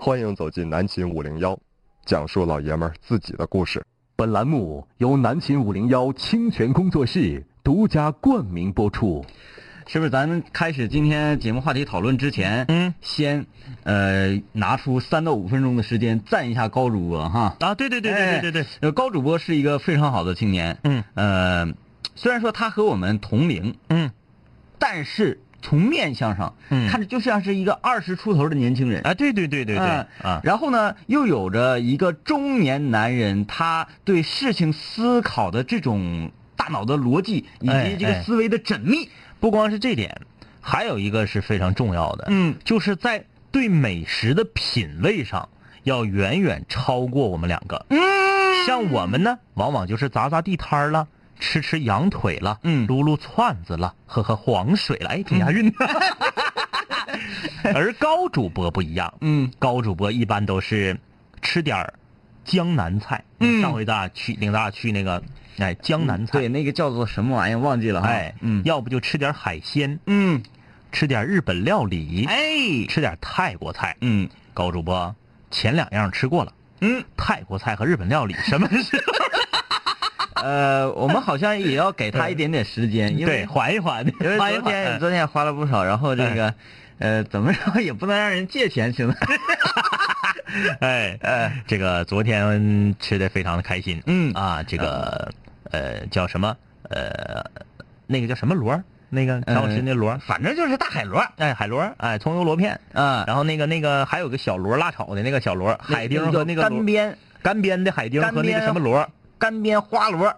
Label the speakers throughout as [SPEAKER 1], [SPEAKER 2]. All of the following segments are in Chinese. [SPEAKER 1] 欢迎走进南秦五零幺，讲述老爷们儿自己的故事。
[SPEAKER 2] 本栏目由南秦五零幺清泉工作室独家冠名播出。
[SPEAKER 3] 是不是咱们开始今天节目话题讨论之前，
[SPEAKER 1] 嗯，
[SPEAKER 3] 先呃拿出三到五分钟的时间赞一下高主播哈？
[SPEAKER 1] 啊，对对对对对对对，
[SPEAKER 3] 呃，高主播是一个非常好的青年，
[SPEAKER 1] 嗯
[SPEAKER 3] 呃，虽然说他和我们同龄，
[SPEAKER 1] 嗯，
[SPEAKER 3] 但是从面相上，
[SPEAKER 1] 嗯
[SPEAKER 3] 看着就像是一个二十出头的年轻人。
[SPEAKER 1] 啊，对对对对对
[SPEAKER 3] 嗯
[SPEAKER 1] 啊，
[SPEAKER 3] 然后呢，又有着一个中年男人他对事情思考的这种大脑的逻辑以
[SPEAKER 1] 哎
[SPEAKER 3] 及这个
[SPEAKER 1] 哎
[SPEAKER 3] 思维的缜密。
[SPEAKER 1] 不光是这点，还有一个是非常重要的，
[SPEAKER 3] 嗯，
[SPEAKER 1] 就是在对美食的品味上要远远超过我们两个。
[SPEAKER 3] 嗯
[SPEAKER 1] 像我们呢，往往就是砸砸地摊儿了，吃吃羊腿了，
[SPEAKER 3] 嗯
[SPEAKER 1] 撸撸串子了，喝喝黄水了，哎，挺押韵的。 而高主播不一样，
[SPEAKER 3] 嗯
[SPEAKER 1] 高主播一般都是吃点儿江南菜。
[SPEAKER 3] 嗯
[SPEAKER 1] 上回大家去领大家去那个，哎，江南菜，
[SPEAKER 3] 对，那个叫做什么玩意儿忘记了哈。
[SPEAKER 1] 哎，
[SPEAKER 3] 嗯
[SPEAKER 1] 要不就吃点海鲜，
[SPEAKER 3] 嗯，
[SPEAKER 1] 吃点日本料理，
[SPEAKER 3] 哎，
[SPEAKER 1] 吃点泰国菜。
[SPEAKER 3] 嗯
[SPEAKER 1] 高主播前两样吃过了，
[SPEAKER 3] 嗯，
[SPEAKER 1] 泰国菜和日本料 理，什么是？
[SPEAKER 3] 呃，我们好像也要给他一点点时间，因
[SPEAKER 1] 对，
[SPEAKER 3] 为
[SPEAKER 1] 缓一缓，
[SPEAKER 3] 因为
[SPEAKER 1] 缓一
[SPEAKER 3] 昨
[SPEAKER 1] 缓。
[SPEAKER 3] 天昨天也花了嗯不少，然后这个呃，怎么说也不能让人借钱，行吗？
[SPEAKER 1] 哎，这个昨天吃的非常的开心，
[SPEAKER 3] 嗯
[SPEAKER 1] 啊，这个呃叫什么呃，那个叫什么螺儿，那个挺好吃那螺儿，
[SPEAKER 3] 反正就是大嗯海螺儿
[SPEAKER 1] 哎海螺儿，哎葱油螺片，
[SPEAKER 3] 啊，
[SPEAKER 1] 然后那个那个还有个小螺儿辣炒的那个小螺儿，
[SPEAKER 3] 那
[SPEAKER 1] 海丁和那个
[SPEAKER 3] 干
[SPEAKER 1] 螺
[SPEAKER 3] 煸
[SPEAKER 1] 干煸的海丁和那
[SPEAKER 3] 干
[SPEAKER 1] 个
[SPEAKER 3] 煸啊
[SPEAKER 1] 什么螺儿，
[SPEAKER 3] 干煸花螺儿、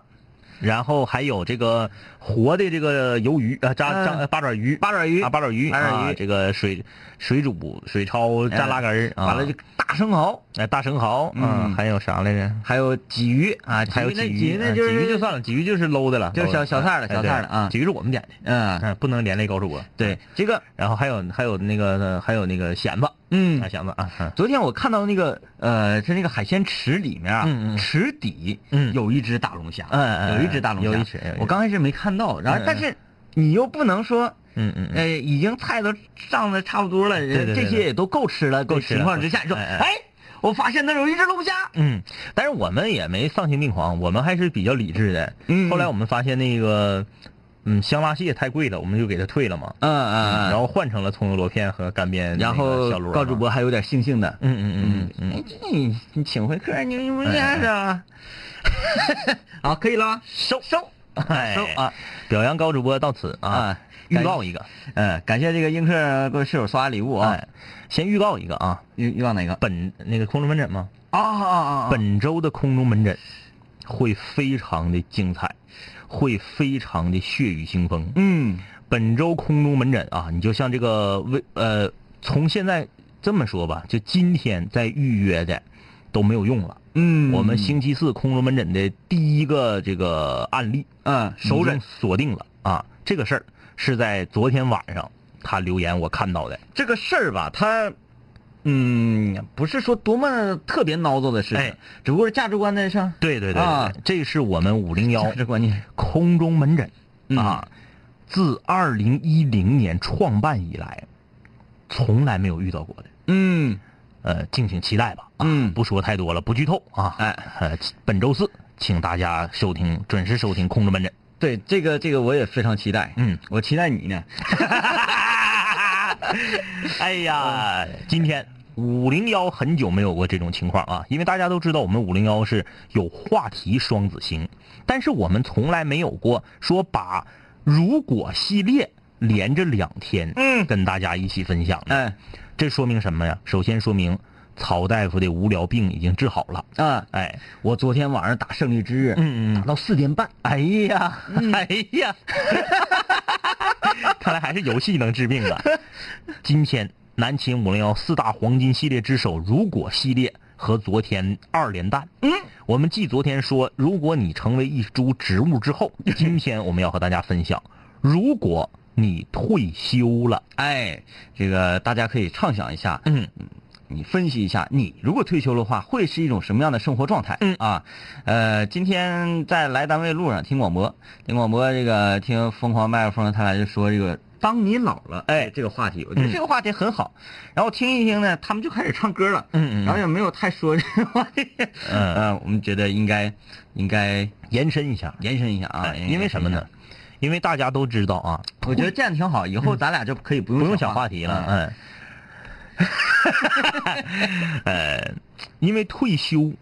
[SPEAKER 1] 然后还有这个活的这个鱿鱼啊，扎扎
[SPEAKER 3] 嗯
[SPEAKER 1] 八爪鱼，
[SPEAKER 3] 八爪鱼
[SPEAKER 1] 啊，八爪鱼
[SPEAKER 3] 八爪
[SPEAKER 1] 啊
[SPEAKER 3] 鱼，
[SPEAKER 1] 这个水水煮、水焯、
[SPEAKER 3] 哎
[SPEAKER 1] 炸拉根儿啊，
[SPEAKER 3] 完了就大生蚝，
[SPEAKER 1] 哎大生蚝，
[SPEAKER 3] 嗯
[SPEAKER 1] 还有啥来着？
[SPEAKER 3] 还有鲫鱼啊，
[SPEAKER 1] 还有
[SPEAKER 3] 鲫
[SPEAKER 1] 鲫
[SPEAKER 3] 鱼
[SPEAKER 1] 鱼，
[SPEAKER 3] 那鲫鱼那
[SPEAKER 1] 嗯
[SPEAKER 3] 就
[SPEAKER 1] 鲫鱼
[SPEAKER 3] 是
[SPEAKER 1] 就算了，鲫鱼就是 low 的了，
[SPEAKER 3] 就是小
[SPEAKER 1] low 的
[SPEAKER 3] 小菜儿了
[SPEAKER 1] 哎
[SPEAKER 3] 小
[SPEAKER 1] 对
[SPEAKER 3] 菜儿了啊
[SPEAKER 1] 鲫鱼是我们点的，
[SPEAKER 3] 嗯
[SPEAKER 1] 嗯，不能连累高主播。
[SPEAKER 3] 对
[SPEAKER 1] 嗯，
[SPEAKER 3] 这个
[SPEAKER 1] 然后还有还有那个呃还有那个蚬子，
[SPEAKER 3] 嗯
[SPEAKER 1] 啊，蚬子啊，嗯
[SPEAKER 3] 昨天我看到那个呃，它那个海鲜池里面啊，
[SPEAKER 1] 嗯嗯
[SPEAKER 3] 池底
[SPEAKER 1] 嗯
[SPEAKER 3] 有一只大龙虾，
[SPEAKER 1] 嗯嗯嗯
[SPEAKER 3] 有一只大龙虾，
[SPEAKER 1] 有一只有一只
[SPEAKER 3] 我刚开始没看到，然后、
[SPEAKER 1] 嗯嗯
[SPEAKER 3] 但是你又不能说。
[SPEAKER 1] 嗯嗯嗯
[SPEAKER 3] 呃，已经菜都上的差不多了，
[SPEAKER 1] 对对对
[SPEAKER 3] 这些也都够吃了。
[SPEAKER 1] 够吃了
[SPEAKER 3] 情况之下，你说，
[SPEAKER 1] 哎哎
[SPEAKER 3] 哎，我发现那有一只龙虾。
[SPEAKER 1] 嗯，但是我们也没丧心病狂，我们还是比较理智的。
[SPEAKER 3] 嗯
[SPEAKER 1] 后来我们发现那个，嗯，香辣蟹太贵了，我们就给它退了嘛。
[SPEAKER 3] 嗯嗯
[SPEAKER 1] 然
[SPEAKER 3] 然后
[SPEAKER 1] 后换成了葱油螺片和干煸那
[SPEAKER 3] 然
[SPEAKER 1] 个小
[SPEAKER 3] 后
[SPEAKER 1] 螺嘛。
[SPEAKER 3] 高主播还有点悻悻的，
[SPEAKER 1] 嗯嗯嗯嗯哎嗯，
[SPEAKER 3] 哎，这你你请回客，你你不这样啊？ 好，可以了，收收
[SPEAKER 1] 哎
[SPEAKER 3] 收啊！
[SPEAKER 1] 表扬高主播到此啊
[SPEAKER 3] 啊，
[SPEAKER 1] 预告一个，
[SPEAKER 3] 嗯，感谢这个映客给我室友刷礼物啊
[SPEAKER 1] 哎，，先预告一个啊，
[SPEAKER 3] 预预告哪个？
[SPEAKER 1] 本那个空中门诊吗？
[SPEAKER 3] 啊啊啊啊！
[SPEAKER 1] 本周的空中门诊会非常的精彩，会非常的血雨腥风。
[SPEAKER 3] 嗯
[SPEAKER 1] 本周空中门诊啊，你就像这个微呃，从现在这么说吧，就今天在预约的都没有用了。
[SPEAKER 3] 嗯
[SPEAKER 1] 我们星期四空中门诊的第一个这个案例，
[SPEAKER 3] 嗯
[SPEAKER 1] 首诊锁定了啊。这个事儿是在昨天晚上他留言我看到的。
[SPEAKER 3] 这个事儿吧，它嗯不是说多么特别孬叨的事情，
[SPEAKER 1] 哎
[SPEAKER 3] 只不过是价值观的事儿，
[SPEAKER 1] 对对对对，
[SPEAKER 3] 啊
[SPEAKER 1] 这是我们五零幺
[SPEAKER 3] 价值观念。
[SPEAKER 1] 空中门诊
[SPEAKER 3] 嗯
[SPEAKER 1] 啊，自二零一零年创办以来，从来没有遇到过的。
[SPEAKER 3] 嗯
[SPEAKER 1] 呃，敬请期待吧。啊，
[SPEAKER 3] 嗯
[SPEAKER 1] 不说太多了，不剧透啊。
[SPEAKER 3] 哎，
[SPEAKER 1] 呃，本周四请大家收听，准时收听空中门诊。
[SPEAKER 3] 对，这个这个我也非常期待，
[SPEAKER 1] 嗯，
[SPEAKER 3] 我期待你呢。
[SPEAKER 1] 哎呀，今天五零幺很久没有过这种情况啊，因为大家都知道我们五零幺是有话题双子星，但是我们从来没有过说把如果系列连着两天，
[SPEAKER 3] 嗯
[SPEAKER 1] 跟大家一起分享的。
[SPEAKER 3] 哎
[SPEAKER 1] 这说明什么呀？首先说明曹大夫的无聊病已经治好了。
[SPEAKER 3] 啊，
[SPEAKER 1] 哎，
[SPEAKER 3] 我昨天晚上打胜利之日，
[SPEAKER 1] 嗯嗯
[SPEAKER 3] 打到四点半，嗯
[SPEAKER 1] 哎呀，哎呀， 看来还是游戏能治病 啊。今天南秦五零幺四大黄金系列之首，如果系列和昨天二连弹。
[SPEAKER 3] 嗯，
[SPEAKER 1] 我们继昨天说，如果你成为一株植物之后，
[SPEAKER 3] 嗯
[SPEAKER 1] 今天我们要和大家分享，如果你退休了，
[SPEAKER 3] 哎，这个大家可以畅想一下，
[SPEAKER 1] 嗯
[SPEAKER 3] 你分析一下，你如果退休的话，会是一种什么样的生活状态？
[SPEAKER 1] 嗯
[SPEAKER 3] 啊，呃，今天在来单位路上听广播，听广播这个听疯狂麦克风，他俩就说这个当你老了，哎，这个话题，我
[SPEAKER 1] 嗯
[SPEAKER 3] 觉得这个话题很好。然后听一听呢，他们就开始唱歌了，
[SPEAKER 1] 嗯嗯嗯
[SPEAKER 3] 然后也没有太说这个话题，
[SPEAKER 1] 嗯
[SPEAKER 3] 呃，我们觉得应该应该
[SPEAKER 1] 延伸一下，
[SPEAKER 3] 延伸一下啊，
[SPEAKER 1] 哎因为什么呢？？因为大家都知道啊，
[SPEAKER 3] 我觉得这样挺好，以后咱俩就可以不用
[SPEAKER 1] 嗯不用想话题了，，
[SPEAKER 3] 啊
[SPEAKER 1] 嗯， 呃，因为退休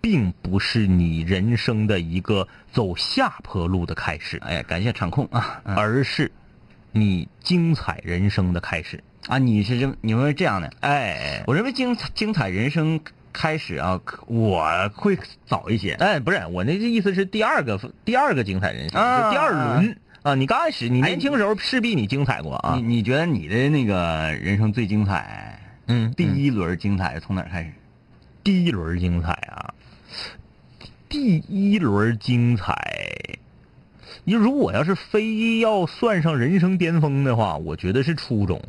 [SPEAKER 1] 并不是你人生的一个走下坡路的开始，
[SPEAKER 3] 哎呀，感谢场控啊嗯
[SPEAKER 1] 而是你精彩人生的开始。
[SPEAKER 3] 啊！你是这你们是这样的，
[SPEAKER 1] 哎，
[SPEAKER 3] 我认为精精彩人生开始啊，可我会早一些。
[SPEAKER 1] 哎，不是，我那意思是第二个第二个精彩人生，
[SPEAKER 3] 啊
[SPEAKER 1] 就第二轮啊。你刚开始，你
[SPEAKER 3] 哎
[SPEAKER 1] 年轻时候势必你精彩过啊
[SPEAKER 3] 你。嗯你觉得你的那个人生最精彩，
[SPEAKER 1] 嗯
[SPEAKER 3] 第
[SPEAKER 1] 第一
[SPEAKER 3] 一轮精彩从哪儿开始？
[SPEAKER 1] 第一轮精彩啊，第一轮精彩。你如果要是非要算上人生巅峰的话，我觉得是初中，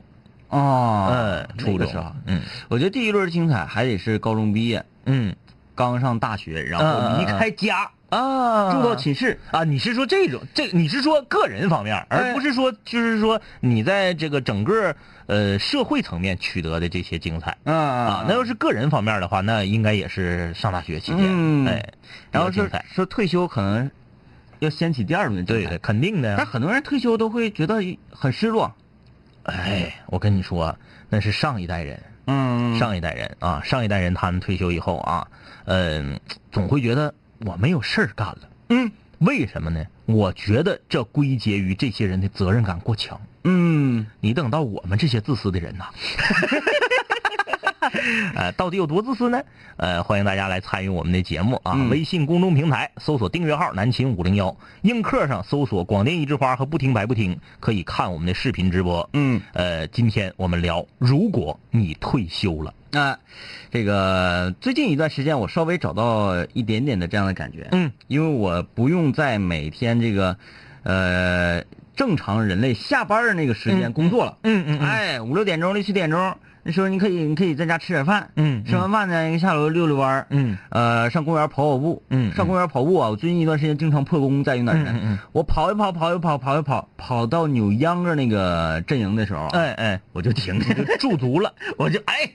[SPEAKER 3] 哦
[SPEAKER 1] 嗯，
[SPEAKER 3] 初
[SPEAKER 1] 初
[SPEAKER 3] 中
[SPEAKER 1] 中，嗯
[SPEAKER 3] 我觉得第一轮精彩还得是高中毕业，
[SPEAKER 1] 嗯
[SPEAKER 3] 刚上大学，然
[SPEAKER 1] 嗯嗯
[SPEAKER 3] 后
[SPEAKER 1] 嗯
[SPEAKER 3] 离开家，
[SPEAKER 1] 啊
[SPEAKER 3] 住到寝室。
[SPEAKER 1] 啊，你是说这种这？你是说个人方面，而
[SPEAKER 3] 哎
[SPEAKER 1] 不是说就是说你在这个整个呃社会层面取得的这些精彩
[SPEAKER 3] 嗯
[SPEAKER 1] 啊
[SPEAKER 3] 啊。
[SPEAKER 1] 那要是个人方面的话，那应该也是上大学期间，
[SPEAKER 3] 嗯
[SPEAKER 1] 哎，
[SPEAKER 3] 然后
[SPEAKER 1] 比较
[SPEAKER 3] 说
[SPEAKER 1] 精彩，
[SPEAKER 3] 说退休可能要掀起第二轮精
[SPEAKER 1] 对
[SPEAKER 3] 彩
[SPEAKER 1] 对，，肯定的
[SPEAKER 3] 但
[SPEAKER 1] 呀。
[SPEAKER 3] 哎很多人退休都会觉得很失落。
[SPEAKER 1] 哎，我跟你说，那是上一代人，
[SPEAKER 3] 嗯上
[SPEAKER 1] 上一代人啊，上一代人他们退休以后啊，嗯，总会觉得我没有事儿干了。
[SPEAKER 3] 嗯
[SPEAKER 1] 为什么呢？我觉得这归结于这些人的责任感过强。
[SPEAKER 3] 嗯
[SPEAKER 1] 你等到我们这些自私的人呐、 呃，到底有多自私呢？呃，欢迎大家来参与我们的节目啊！
[SPEAKER 3] 嗯
[SPEAKER 1] 微信公众平台搜索订阅号“南秦五零幺”，映客上搜索“广电一枝花”和“不听白不听”，可以看我们的视频直播。
[SPEAKER 3] 嗯，
[SPEAKER 1] 呃，今天我们聊，如果你退休了，
[SPEAKER 3] 那、这个最近一段时间，我稍微找到一点点的这样的感觉。
[SPEAKER 1] 嗯，
[SPEAKER 3] 因为我不用在每天这个，呃，正常人类下班的那个时间
[SPEAKER 1] 嗯
[SPEAKER 3] 工作了。
[SPEAKER 1] 嗯
[SPEAKER 3] 哎，五六点钟、六七点钟，那时候你可以，你可以在家吃点饭，
[SPEAKER 1] 嗯
[SPEAKER 3] 吃完饭呢，下楼溜溜弯儿，
[SPEAKER 1] 嗯
[SPEAKER 3] 呃，上公园跑跑步，
[SPEAKER 1] 嗯
[SPEAKER 3] 上公园跑步啊，我最近一段时间经常破功在于哪儿呢？
[SPEAKER 1] 嗯嗯嗯
[SPEAKER 3] 我跑一跑，跑一跑，跑一跑，跑到扭秧歌那个阵营的时候，啊
[SPEAKER 1] 哎哎，
[SPEAKER 3] 我就 停了，
[SPEAKER 1] 驻足了，
[SPEAKER 3] 我就哎，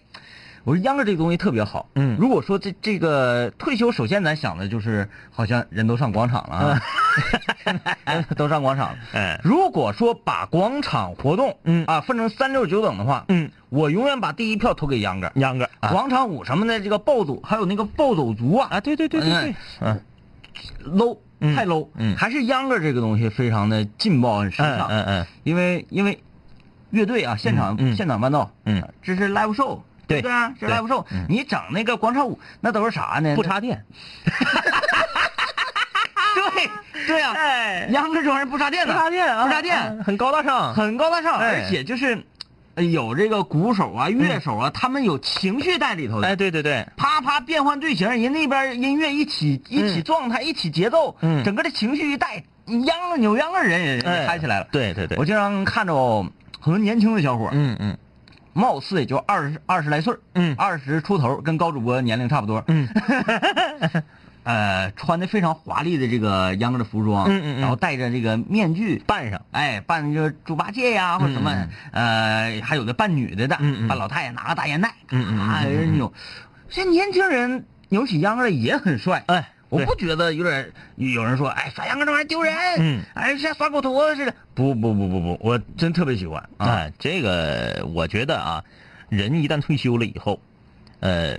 [SPEAKER 3] 我说秧歌这个东西特别好，
[SPEAKER 1] 嗯
[SPEAKER 3] 如果说这这个退休，首先咱想的就是好像人都上广场了啊， 都上广场了。
[SPEAKER 1] 嗯 哎
[SPEAKER 3] 如果说把广场活动，
[SPEAKER 1] 嗯
[SPEAKER 3] 啊分成三六九等的话，
[SPEAKER 1] 嗯，
[SPEAKER 3] 我永远把第一票投给秧歌、
[SPEAKER 1] 秧歌啊
[SPEAKER 3] 广场舞什么的，这个暴走，还有那个暴走族啊
[SPEAKER 1] 啊，对对对对对，嗯
[SPEAKER 3] low
[SPEAKER 1] 嗯
[SPEAKER 3] 太 low，、
[SPEAKER 1] 嗯
[SPEAKER 3] 还是秧歌这个东西非常的劲爆、很时
[SPEAKER 1] 嗯
[SPEAKER 3] 尚，
[SPEAKER 1] 嗯嗯，
[SPEAKER 3] 因为因为乐队啊，现场、
[SPEAKER 1] 嗯嗯
[SPEAKER 3] 现场伴奏，
[SPEAKER 1] 嗯
[SPEAKER 3] 啊，这是 live show，
[SPEAKER 1] 对
[SPEAKER 3] 不啊，这是
[SPEAKER 1] 对
[SPEAKER 3] live show，、
[SPEAKER 1] 嗯
[SPEAKER 3] 你整那个广场舞，那都是啥呢？
[SPEAKER 1] 不插电，
[SPEAKER 3] 对对啊，
[SPEAKER 1] 哎，
[SPEAKER 3] 秧歌这玩意儿不插电
[SPEAKER 1] 不
[SPEAKER 3] 的，
[SPEAKER 1] 插电啊，
[SPEAKER 3] 不插电，
[SPEAKER 1] 很高大上，
[SPEAKER 3] 很高大上，
[SPEAKER 1] 哎
[SPEAKER 3] 而且就是呃有这个鼓手啊、乐手啊，他们有情绪在里头的。
[SPEAKER 1] 哎，对对对，
[SPEAKER 3] 啪啪变换队形，人那边音乐一起一起
[SPEAKER 1] 嗯
[SPEAKER 3] 状态，一起节奏，
[SPEAKER 1] 嗯
[SPEAKER 3] 整个的情绪一带，秧歌扭秧歌人也也
[SPEAKER 1] 哎
[SPEAKER 3] 嗨起来了。
[SPEAKER 1] 对对对
[SPEAKER 3] 我，经常看着很多年轻的小伙儿，
[SPEAKER 1] 嗯嗯
[SPEAKER 3] 貌似也就二十二十来岁儿
[SPEAKER 1] 嗯
[SPEAKER 3] 二十出头，跟高主播年龄差不多。
[SPEAKER 1] 嗯，
[SPEAKER 3] 呃，穿的非常华丽的这个秧歌的服装，
[SPEAKER 1] 嗯嗯嗯
[SPEAKER 3] 然后戴着这个面具，
[SPEAKER 1] 扮上，
[SPEAKER 3] 哎，扮那个猪八戒呀、或者什么，
[SPEAKER 1] 嗯
[SPEAKER 3] 呃，还有的扮女的的，
[SPEAKER 1] 嗯嗯
[SPEAKER 3] 扮老太太拿个大烟袋，
[SPEAKER 1] 嗯嗯嗯
[SPEAKER 3] 啊，
[SPEAKER 1] 嗯嗯
[SPEAKER 3] 扭，这年轻人扭起秧歌来也很帅。
[SPEAKER 1] 哎，
[SPEAKER 3] 我
[SPEAKER 1] 对
[SPEAKER 3] 不觉得有点有人说，哎，耍秧歌这玩意儿丢人，
[SPEAKER 1] 嗯
[SPEAKER 3] 哎，像耍狗驼似的。不不不不不，我真特别喜欢啊。
[SPEAKER 1] 啊，这个我觉得啊，人一旦退休了以后，呃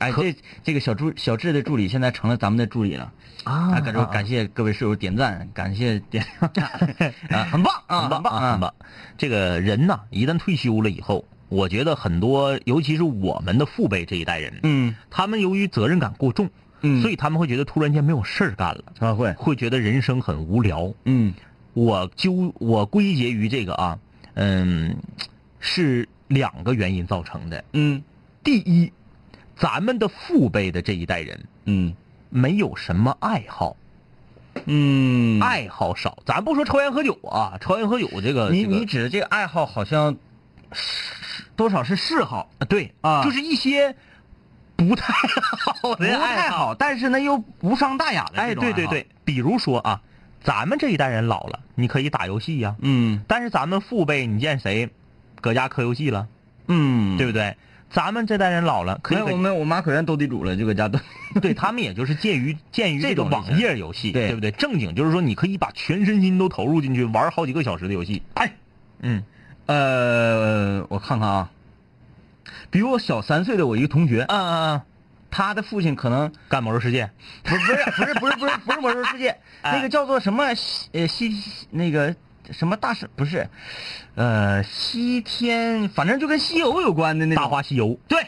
[SPEAKER 3] 哎，
[SPEAKER 1] 可
[SPEAKER 3] 这这个小助小智的助理现在成了咱们的助理了。啊，感
[SPEAKER 1] 啊
[SPEAKER 3] 感谢各位室友点赞，感谢点 啊，很棒啊，
[SPEAKER 1] 很棒
[SPEAKER 3] 棒
[SPEAKER 1] 啊，很。棒。这个人呐，一旦退休了以后，我觉得很多，尤其是我们的父辈这一代人，
[SPEAKER 3] 嗯
[SPEAKER 1] 他们由于责任感过重，
[SPEAKER 3] 嗯，
[SPEAKER 1] 所以他们会觉得突然间没有事儿干了，
[SPEAKER 3] 啊会，
[SPEAKER 1] 会觉得人生很无聊。
[SPEAKER 3] 嗯
[SPEAKER 1] 我纠我归结于这个啊，嗯，是两个原因造成的。
[SPEAKER 3] 嗯
[SPEAKER 1] 第一，咱们的父辈的这一代人
[SPEAKER 3] 嗯
[SPEAKER 1] 没有什么爱好，
[SPEAKER 3] 嗯，
[SPEAKER 1] 爱好少。咱不说抽烟喝酒啊，抽烟喝酒这个，
[SPEAKER 3] 你
[SPEAKER 1] 这个
[SPEAKER 3] 你指的这个爱好好像是多少是嗜好，
[SPEAKER 1] 啊对
[SPEAKER 3] 啊
[SPEAKER 1] 就是一些不太好
[SPEAKER 3] 不
[SPEAKER 1] 的爱
[SPEAKER 3] 太
[SPEAKER 1] 好。
[SPEAKER 3] 好，但是呢又无伤大雅的这
[SPEAKER 1] 哎，
[SPEAKER 3] 种爱
[SPEAKER 1] 对
[SPEAKER 3] 好。
[SPEAKER 1] 对对，比如说啊，咱们这一代人老了，你可以打游戏呀、
[SPEAKER 3] 嗯
[SPEAKER 1] 但是咱们父辈，你见谁搁家磕游戏了，
[SPEAKER 3] 嗯，
[SPEAKER 1] 对不对？咱们这代人老了，可以
[SPEAKER 3] 没有我
[SPEAKER 1] 搁
[SPEAKER 3] 们我妈可愿斗地主了，就搁家斗。
[SPEAKER 1] 对他们也就是介于鉴于
[SPEAKER 3] 这
[SPEAKER 1] 这个
[SPEAKER 3] 种类
[SPEAKER 1] 网
[SPEAKER 3] 型
[SPEAKER 1] 页游戏，
[SPEAKER 3] 对
[SPEAKER 1] 不对？正经就是说，你可以把全身心都投入进去，玩好几个小时的游戏。
[SPEAKER 3] 哎，
[SPEAKER 1] 嗯，
[SPEAKER 3] 呃，我看看啊，比我小三岁的我一个同学，嗯
[SPEAKER 1] 啊啊啊！
[SPEAKER 3] 他的父亲可能
[SPEAKER 1] 干魔兽世界，
[SPEAKER 3] 不不是不是不是不是不是魔兽 世界，
[SPEAKER 1] 哎
[SPEAKER 3] 那个叫做什么西呃西那个什么大神不是，呃西天，反正就跟西游有关的那
[SPEAKER 1] 《
[SPEAKER 3] 种。
[SPEAKER 1] 大话西游》。
[SPEAKER 3] 对，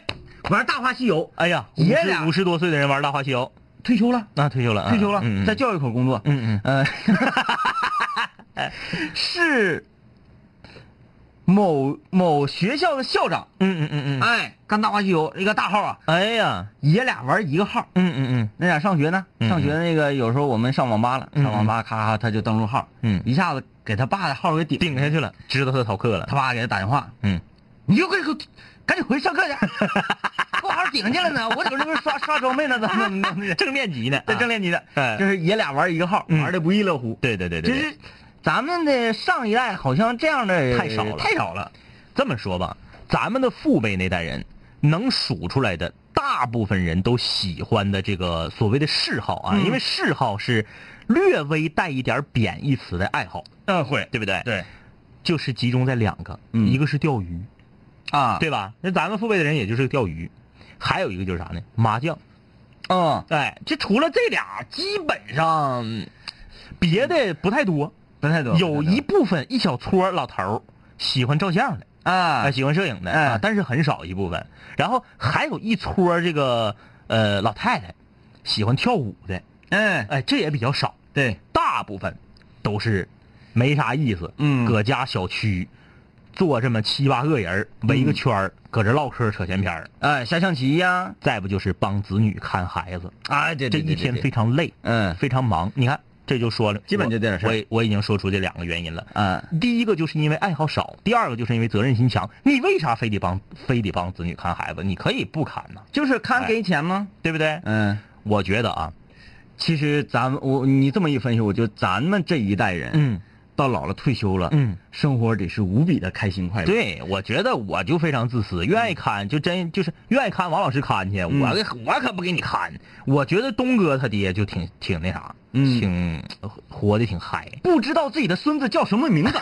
[SPEAKER 3] 玩大话西游，
[SPEAKER 1] 哎呀，五
[SPEAKER 3] 爷
[SPEAKER 1] 十
[SPEAKER 3] 俩
[SPEAKER 1] 五十多岁的人玩《大话西游
[SPEAKER 3] 退休了》，，
[SPEAKER 1] 那退休了啊，
[SPEAKER 3] 退休了，
[SPEAKER 1] 嗯嗯
[SPEAKER 3] 在教育口工作。
[SPEAKER 1] 嗯
[SPEAKER 3] 呃，
[SPEAKER 1] 嗯，
[SPEAKER 3] 是某某学校的校长，
[SPEAKER 1] 嗯嗯嗯嗯，
[SPEAKER 3] 哎，干大话西游一个大号啊，
[SPEAKER 1] 哎呀，
[SPEAKER 3] 爷俩玩一个号。
[SPEAKER 1] 嗯嗯嗯
[SPEAKER 3] 那俩上学呢？
[SPEAKER 1] 嗯
[SPEAKER 3] 上学那个有时候我们上网吧了，
[SPEAKER 1] 嗯
[SPEAKER 3] 上网吧咔咔他就登录号，
[SPEAKER 1] 嗯
[SPEAKER 3] 一下子给他爸的号给顶
[SPEAKER 1] 顶
[SPEAKER 3] 下
[SPEAKER 1] 下
[SPEAKER 3] 去，
[SPEAKER 1] 去了，知道他逃课了
[SPEAKER 3] 他。爸给他打电话，
[SPEAKER 1] 嗯，
[SPEAKER 3] 你就给我赶紧回去上 课去，给我号顶去了呢，我搁这边刷刷装备呢，怎么怎么怎么的，
[SPEAKER 1] 正练级呢，
[SPEAKER 3] 在正练你的，
[SPEAKER 1] 哎
[SPEAKER 3] 就是爷俩玩一个号，
[SPEAKER 1] 嗯
[SPEAKER 3] 玩的不亦乐乎。
[SPEAKER 1] 对对对
[SPEAKER 3] 就
[SPEAKER 1] 对，
[SPEAKER 3] 是咱们的上一代好像这样的
[SPEAKER 1] 太少了
[SPEAKER 3] 太少了。
[SPEAKER 1] 这么说吧，咱们的父辈那代人能数出来的，大部分人都喜欢的这个所谓的嗜好啊，
[SPEAKER 3] 嗯
[SPEAKER 1] 因为嗜好是略微带一点贬义词的爱好，
[SPEAKER 3] 嗯，会，
[SPEAKER 1] 对不对？，
[SPEAKER 3] 对
[SPEAKER 1] 就是集中在两个，
[SPEAKER 3] 嗯
[SPEAKER 1] 一个是钓鱼，
[SPEAKER 3] 啊，，
[SPEAKER 1] 对吧？那咱们父辈的人也就是钓鱼，还有一个就是啥呢？麻将。
[SPEAKER 3] 嗯，
[SPEAKER 1] 哎，这除了这俩，基本上嗯别的不太多。
[SPEAKER 3] 不太懂。
[SPEAKER 1] 有一部分一小撮老头儿喜欢照相的，
[SPEAKER 3] 啊
[SPEAKER 1] 啊，，喜欢摄影的，
[SPEAKER 3] 哎
[SPEAKER 1] 啊，但是很少一部分。然后还有一撮儿这个呃老太太喜欢跳舞的，
[SPEAKER 3] 嗯，
[SPEAKER 1] 哎，这也比较少。
[SPEAKER 3] 对，
[SPEAKER 1] 大部分都是没啥意思，
[SPEAKER 3] 嗯
[SPEAKER 1] 搁家小区坐这么七八个人儿围个圈儿，搁这唠嗑扯闲篇儿。
[SPEAKER 3] 哎，下象棋呀，
[SPEAKER 1] 再不就是帮子女看孩子，
[SPEAKER 3] 啊，对
[SPEAKER 1] 这
[SPEAKER 3] 对
[SPEAKER 1] 一
[SPEAKER 3] 对对
[SPEAKER 1] 天
[SPEAKER 3] 对
[SPEAKER 1] 非常累，
[SPEAKER 3] 嗯
[SPEAKER 1] 非常忙。你看，这就说了，
[SPEAKER 3] 基本就这点事儿
[SPEAKER 1] 我我我已经说出这两个原因了。
[SPEAKER 3] 啊，
[SPEAKER 1] 第一个就是因为爱好少，第二个就是因为责任心强。你为啥非得帮非得帮子女看孩子？你可以不看嘛，
[SPEAKER 3] 就是看给钱吗？
[SPEAKER 1] 对不对？
[SPEAKER 3] 哎嗯，
[SPEAKER 1] 我觉得啊，
[SPEAKER 3] 其实咱们我你这么一分析，我觉得咱们这一代人，
[SPEAKER 1] 嗯，
[SPEAKER 3] 到老了退休了，
[SPEAKER 1] 嗯，
[SPEAKER 3] 生活得是无比的开心快乐。，
[SPEAKER 1] 对，我觉得我就非常自私，愿意看就真就是愿意看王老师看去，
[SPEAKER 3] 嗯
[SPEAKER 1] 我我可不给你看。我觉得东哥他爹就挺挺那啥，
[SPEAKER 3] 嗯
[SPEAKER 1] 挺活的挺嗨，
[SPEAKER 3] 不知道自己的孙子叫什么名字。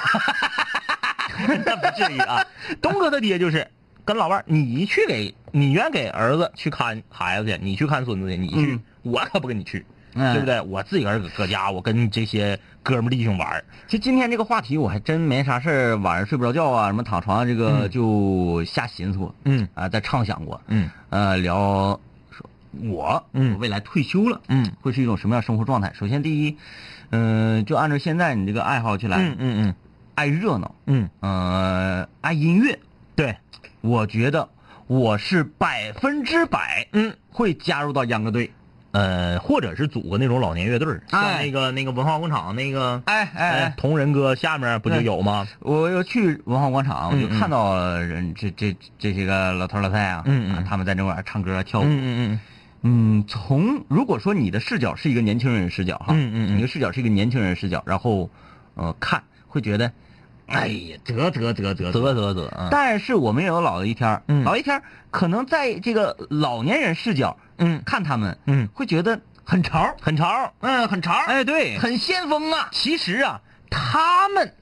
[SPEAKER 1] 那不至于啊。东哥他爹就是跟老伴儿，你去给你愿给儿子去看孩子去，你去看孙子去，你去，
[SPEAKER 3] 嗯
[SPEAKER 1] 我可不跟你去，
[SPEAKER 3] 嗯
[SPEAKER 1] 对不对？我自己个儿搁搁家，我跟这些哥们儿弟兄玩儿
[SPEAKER 3] 其实今天这个话题我还真没啥事儿，晚上睡不着觉啊，什么躺床上这个
[SPEAKER 1] 嗯
[SPEAKER 3] 就瞎寻思过，
[SPEAKER 1] 嗯
[SPEAKER 3] 啊，在畅想过，
[SPEAKER 1] 嗯
[SPEAKER 3] 呃，聊说我
[SPEAKER 1] 嗯
[SPEAKER 3] 我未来退休了，
[SPEAKER 1] 嗯
[SPEAKER 3] 会是一种什么样的生活状态？首先第一，嗯、就按照现在你这个爱好去来，
[SPEAKER 1] 嗯嗯
[SPEAKER 3] 爱热闹，
[SPEAKER 1] 嗯，
[SPEAKER 3] 呃，爱音乐，
[SPEAKER 1] 对，
[SPEAKER 3] 我觉得我是百分之百
[SPEAKER 1] 嗯。
[SPEAKER 3] 会加入到秧歌队，
[SPEAKER 1] 呃，或者是组个那种老年乐队儿，像
[SPEAKER 3] 哎
[SPEAKER 1] 那个那个文化广场那个，
[SPEAKER 3] 哎哎哎
[SPEAKER 1] 呃同仁歌下面不就有吗？
[SPEAKER 3] 我又去文化广场，我
[SPEAKER 1] 嗯
[SPEAKER 3] 就看到人这这这些个老头老太太啊，
[SPEAKER 1] 嗯嗯
[SPEAKER 3] 啊他们在那块儿唱歌跳舞。
[SPEAKER 1] 嗯嗯
[SPEAKER 3] 嗯，从如果说你的视角是一个年轻人视角哈，
[SPEAKER 1] 嗯嗯嗯
[SPEAKER 3] 你的视角是一个年轻人视角，然后呃看会觉得，哎呀，得得得得
[SPEAKER 1] 嗯，得得得啊，
[SPEAKER 3] 但是我们也有老的一天儿，
[SPEAKER 1] 嗯
[SPEAKER 3] 老一天儿可能在这个老年人视角
[SPEAKER 1] 嗯
[SPEAKER 3] 看他们，
[SPEAKER 1] 嗯，
[SPEAKER 3] 会觉得很潮，
[SPEAKER 1] 很潮，
[SPEAKER 3] 嗯，很潮，
[SPEAKER 1] 哎对，
[SPEAKER 3] 很先锋啊，
[SPEAKER 1] 其实啊，他们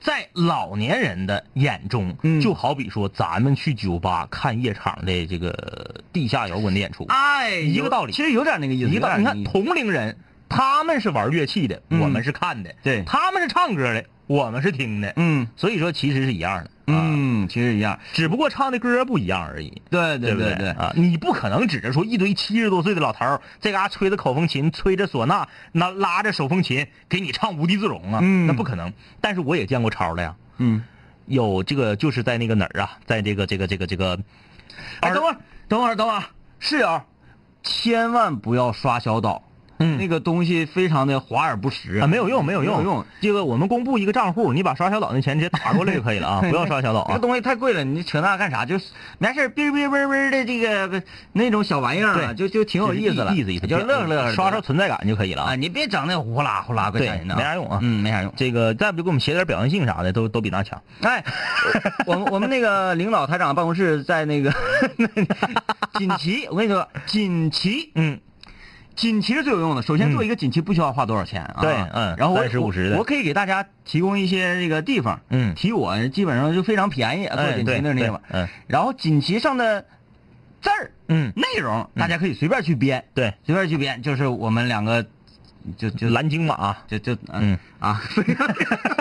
[SPEAKER 1] 在老年人的眼中，
[SPEAKER 3] 嗯
[SPEAKER 1] 就好比说咱们去酒吧看夜场的这个地下摇滚的演出，
[SPEAKER 3] 哎，
[SPEAKER 1] 一个
[SPEAKER 3] 有
[SPEAKER 1] 道理
[SPEAKER 3] 其实有点那个意思，
[SPEAKER 1] 一
[SPEAKER 3] 有
[SPEAKER 1] 个
[SPEAKER 3] 点
[SPEAKER 1] 你
[SPEAKER 3] 那个
[SPEAKER 1] 看
[SPEAKER 3] 意思
[SPEAKER 1] 同龄人，他们是玩乐器的，
[SPEAKER 3] 嗯
[SPEAKER 1] 我们是看的，
[SPEAKER 3] 对
[SPEAKER 1] 他们是唱歌的，我们是听的，
[SPEAKER 3] 嗯
[SPEAKER 1] 所以说其实是一样的，啊，
[SPEAKER 3] 嗯，其实一样，
[SPEAKER 1] 只不过唱的歌不一样而已。
[SPEAKER 3] 对
[SPEAKER 1] 对
[SPEAKER 3] 对
[SPEAKER 1] 不
[SPEAKER 3] 对
[SPEAKER 1] 啊！你不可能指着说一堆七十多岁的老头儿，这嘎、吹着口风琴，吹着唢呐，那拉着手风琴给你唱《无地自容》啊，
[SPEAKER 3] 嗯
[SPEAKER 1] 那不可能。但是我也见过超的呀，
[SPEAKER 3] 嗯，
[SPEAKER 1] 有这个就是在那个哪儿啊，在这个这个这个这个，
[SPEAKER 3] 哎，等会儿，等会儿，等会儿，室友，千万不要刷小岛，
[SPEAKER 1] 嗯
[SPEAKER 3] 那个东西非常的华而不实
[SPEAKER 1] 啊，没有用，没
[SPEAKER 3] 没
[SPEAKER 1] 有
[SPEAKER 3] 有
[SPEAKER 1] 用。这个我们公布一个账户，你把刷小岛那钱直接打过来就可以了 啊，不要刷小岛
[SPEAKER 3] 这
[SPEAKER 1] 啊
[SPEAKER 3] 个。东西太贵了，你扯那干啥？就是没事儿，哔儿哔儿哔儿哔儿的这个那种小玩意儿啊，
[SPEAKER 1] 对
[SPEAKER 3] 就就挺有意思了，
[SPEAKER 1] 意思意思，
[SPEAKER 3] 就乐呵乐呵的，
[SPEAKER 1] 刷刷存在感就可以了
[SPEAKER 3] 啊！
[SPEAKER 1] 啊。
[SPEAKER 3] 你别整那呼啦呼啦怪
[SPEAKER 1] 对
[SPEAKER 3] 吓人的，
[SPEAKER 1] 没啥用啊
[SPEAKER 3] 嗯，没啥用。
[SPEAKER 1] 这个再不就给我们写点表扬信啥的，都都比那强。
[SPEAKER 3] 哎，我们我们那个领导台长办公室在那个 锦旗，我跟你说，锦旗，
[SPEAKER 1] 嗯，
[SPEAKER 3] 锦旗是最有用的。首先
[SPEAKER 1] 嗯
[SPEAKER 3] 做一个锦旗不需要花多少钱啊，
[SPEAKER 1] 对嗯
[SPEAKER 3] 然后我
[SPEAKER 1] 30 50的
[SPEAKER 3] 我，我可以给大家提供一些这个地方，
[SPEAKER 1] 嗯
[SPEAKER 3] 提我基本上就非常便宜啊，做
[SPEAKER 1] 哎
[SPEAKER 3] 锦旗
[SPEAKER 1] 对
[SPEAKER 3] 的那
[SPEAKER 1] 对
[SPEAKER 3] 地方。
[SPEAKER 1] 嗯
[SPEAKER 3] 然后锦旗上的字儿、
[SPEAKER 1] 嗯，
[SPEAKER 3] 内容，大家可以随便去编，
[SPEAKER 1] 对，
[SPEAKER 3] 随便去编，就是我们两个，就就
[SPEAKER 1] 蓝鲸马，
[SPEAKER 3] 就就嗯
[SPEAKER 1] 嗯
[SPEAKER 3] 啊，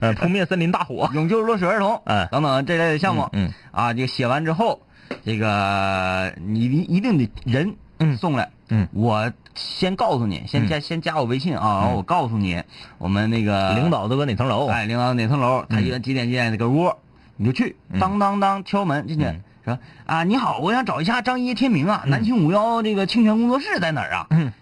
[SPEAKER 1] 呃，扑灭森林大火，
[SPEAKER 3] 永救落水儿童，
[SPEAKER 1] 哎
[SPEAKER 3] 等等这类的项目，
[SPEAKER 1] 嗯嗯
[SPEAKER 3] 啊，这个写完之后，这个你一一定得人
[SPEAKER 1] 嗯
[SPEAKER 3] 送来，
[SPEAKER 1] 嗯
[SPEAKER 3] 我先告诉你，先加、先加我微信啊，然后我告诉你，我们那个
[SPEAKER 1] 嗯领导都搁哪层楼？嗯
[SPEAKER 3] 哎，领导哪层楼，他约几点几点那个屋，你就去，当当当敲门进去。
[SPEAKER 1] 嗯
[SPEAKER 3] 说啊，你好，我想找一下张一天明啊，南青五幺这个清泉工作室在哪儿啊？
[SPEAKER 1] 嗯，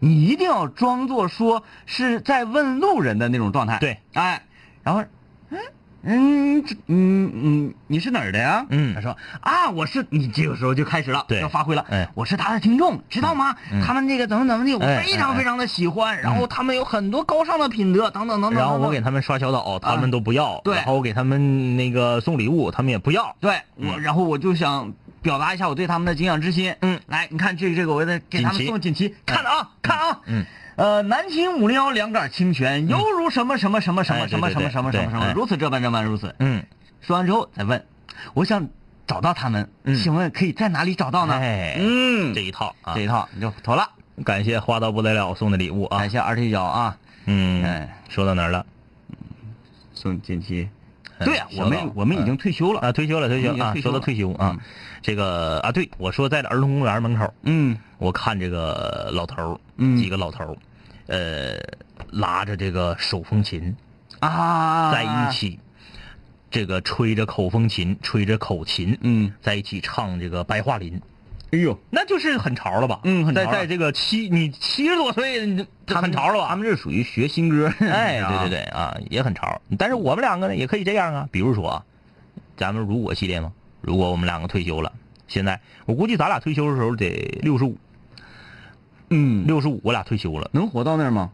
[SPEAKER 3] 你一定要装作说是在问路人的那种状态。
[SPEAKER 1] 对，
[SPEAKER 3] 哎，然后，嗯嗯这嗯嗯，你是哪儿的呀？
[SPEAKER 1] 嗯
[SPEAKER 3] 他说啊，我是你这个时候就开始了，
[SPEAKER 1] 对
[SPEAKER 3] 要发挥了。
[SPEAKER 1] 哎
[SPEAKER 3] 我是他的听众，知道吗？
[SPEAKER 1] 嗯
[SPEAKER 3] 他们这个怎么怎么地，我
[SPEAKER 1] 哎
[SPEAKER 3] 非常
[SPEAKER 1] 哎哎嗯
[SPEAKER 3] 非常的喜欢，然后他们有很多高尚的品德，等等等等。
[SPEAKER 1] 然后
[SPEAKER 3] 等
[SPEAKER 1] 我
[SPEAKER 3] 等
[SPEAKER 1] 给他们刷小岛，他们都不要。
[SPEAKER 3] 嗯啊对
[SPEAKER 1] 然后我给他们那个送礼物，他们也不要。
[SPEAKER 3] 对我，然后我就想表达一下我对他们的敬仰之心。
[SPEAKER 1] 嗯，
[SPEAKER 3] 来，你看这个这个，我再给他们
[SPEAKER 1] 锦旗
[SPEAKER 3] 送锦旗，看啊，看啊，
[SPEAKER 1] 嗯，
[SPEAKER 3] 呃，南秦五零幺两杆清泉，犹如什么什么什么什么
[SPEAKER 1] 哎
[SPEAKER 3] 什
[SPEAKER 1] 对
[SPEAKER 3] 么
[SPEAKER 1] 对
[SPEAKER 3] 什么什么
[SPEAKER 1] 对
[SPEAKER 3] 什么什
[SPEAKER 1] 对
[SPEAKER 3] 么，
[SPEAKER 1] 哎
[SPEAKER 3] 如此这般这般如此。
[SPEAKER 1] 嗯，
[SPEAKER 3] 说完之后再问，我想找到他们，
[SPEAKER 1] 嗯
[SPEAKER 3] 请问可以在哪里找到呢？
[SPEAKER 1] 哎
[SPEAKER 3] 嗯，
[SPEAKER 1] 这一套啊
[SPEAKER 3] 这，一套你就投了，
[SPEAKER 1] 感谢花到不得了送的礼物啊
[SPEAKER 3] 感。谢二踢脚啊，
[SPEAKER 1] 嗯
[SPEAKER 3] 哎，
[SPEAKER 1] 说到哪儿了？
[SPEAKER 3] 送锦旗。
[SPEAKER 1] 哎
[SPEAKER 3] 对啊，我
[SPEAKER 1] 收
[SPEAKER 3] 们
[SPEAKER 1] 到
[SPEAKER 3] 我们已经退休了。
[SPEAKER 1] 啊，退休了，退休
[SPEAKER 3] 已经
[SPEAKER 1] 啊
[SPEAKER 3] 退，休
[SPEAKER 1] 说到
[SPEAKER 3] 了
[SPEAKER 1] 退休啊
[SPEAKER 3] 嗯，
[SPEAKER 1] 这个啊，对我说在儿童公园门口，
[SPEAKER 3] 嗯
[SPEAKER 1] 我看这个老头
[SPEAKER 3] 嗯
[SPEAKER 1] 儿，几个老头儿，呃，拉着这个手风琴
[SPEAKER 3] 啊，
[SPEAKER 1] 在一。起，这个吹着口风琴，吹着口琴，
[SPEAKER 3] 嗯，
[SPEAKER 1] 在一起唱这个《白桦林》，
[SPEAKER 3] 哎呦，
[SPEAKER 1] 那就是很潮了吧？
[SPEAKER 3] 嗯很潮
[SPEAKER 1] 在
[SPEAKER 3] 了
[SPEAKER 1] 在这个七你七十多岁，你就很潮了吧？
[SPEAKER 3] 他们这属于学新歌。
[SPEAKER 1] 哎，对对
[SPEAKER 3] 对，
[SPEAKER 1] 对啊，也很潮。但是我们两个呢，也可以这样啊，比如说啊，咱们如果系列嘛，如果我们两个退休了，现在我估计咱俩退休的时候得六十五，
[SPEAKER 3] 嗯，
[SPEAKER 1] 六十五我俩退休了，
[SPEAKER 3] 能活到那儿吗？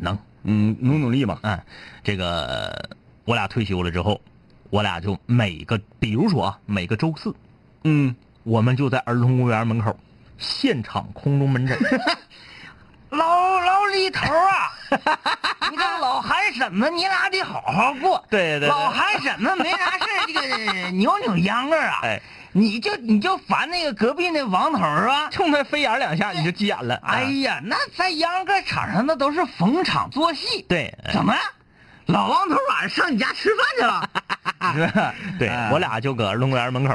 [SPEAKER 1] 能，
[SPEAKER 3] 嗯，努努力吧。
[SPEAKER 1] 哎，这个我俩退休了之后，我俩就每个，比如说啊，每个周四，
[SPEAKER 3] 嗯，
[SPEAKER 1] 我们就在儿童公园门口现场空 中门诊。
[SPEAKER 3] 老老李头啊，你看老喊什么，你俩得好好过。
[SPEAKER 1] 对对对
[SPEAKER 3] 老喊什么没啥事儿，这个扭扭秧歌啊，
[SPEAKER 1] 哎，
[SPEAKER 3] 你就你就烦那个隔壁那王头啊。
[SPEAKER 1] 冲他飞眼两下你就急眼了。
[SPEAKER 3] 哎
[SPEAKER 1] 啊，
[SPEAKER 3] 呀，那在秧歌场上那都是逢场作戏。
[SPEAKER 1] 对，哎
[SPEAKER 3] 怎么？老王头晚上上你家吃饭去了？是吧
[SPEAKER 1] 对
[SPEAKER 3] 哎
[SPEAKER 1] 我俩就搁儿童公园门口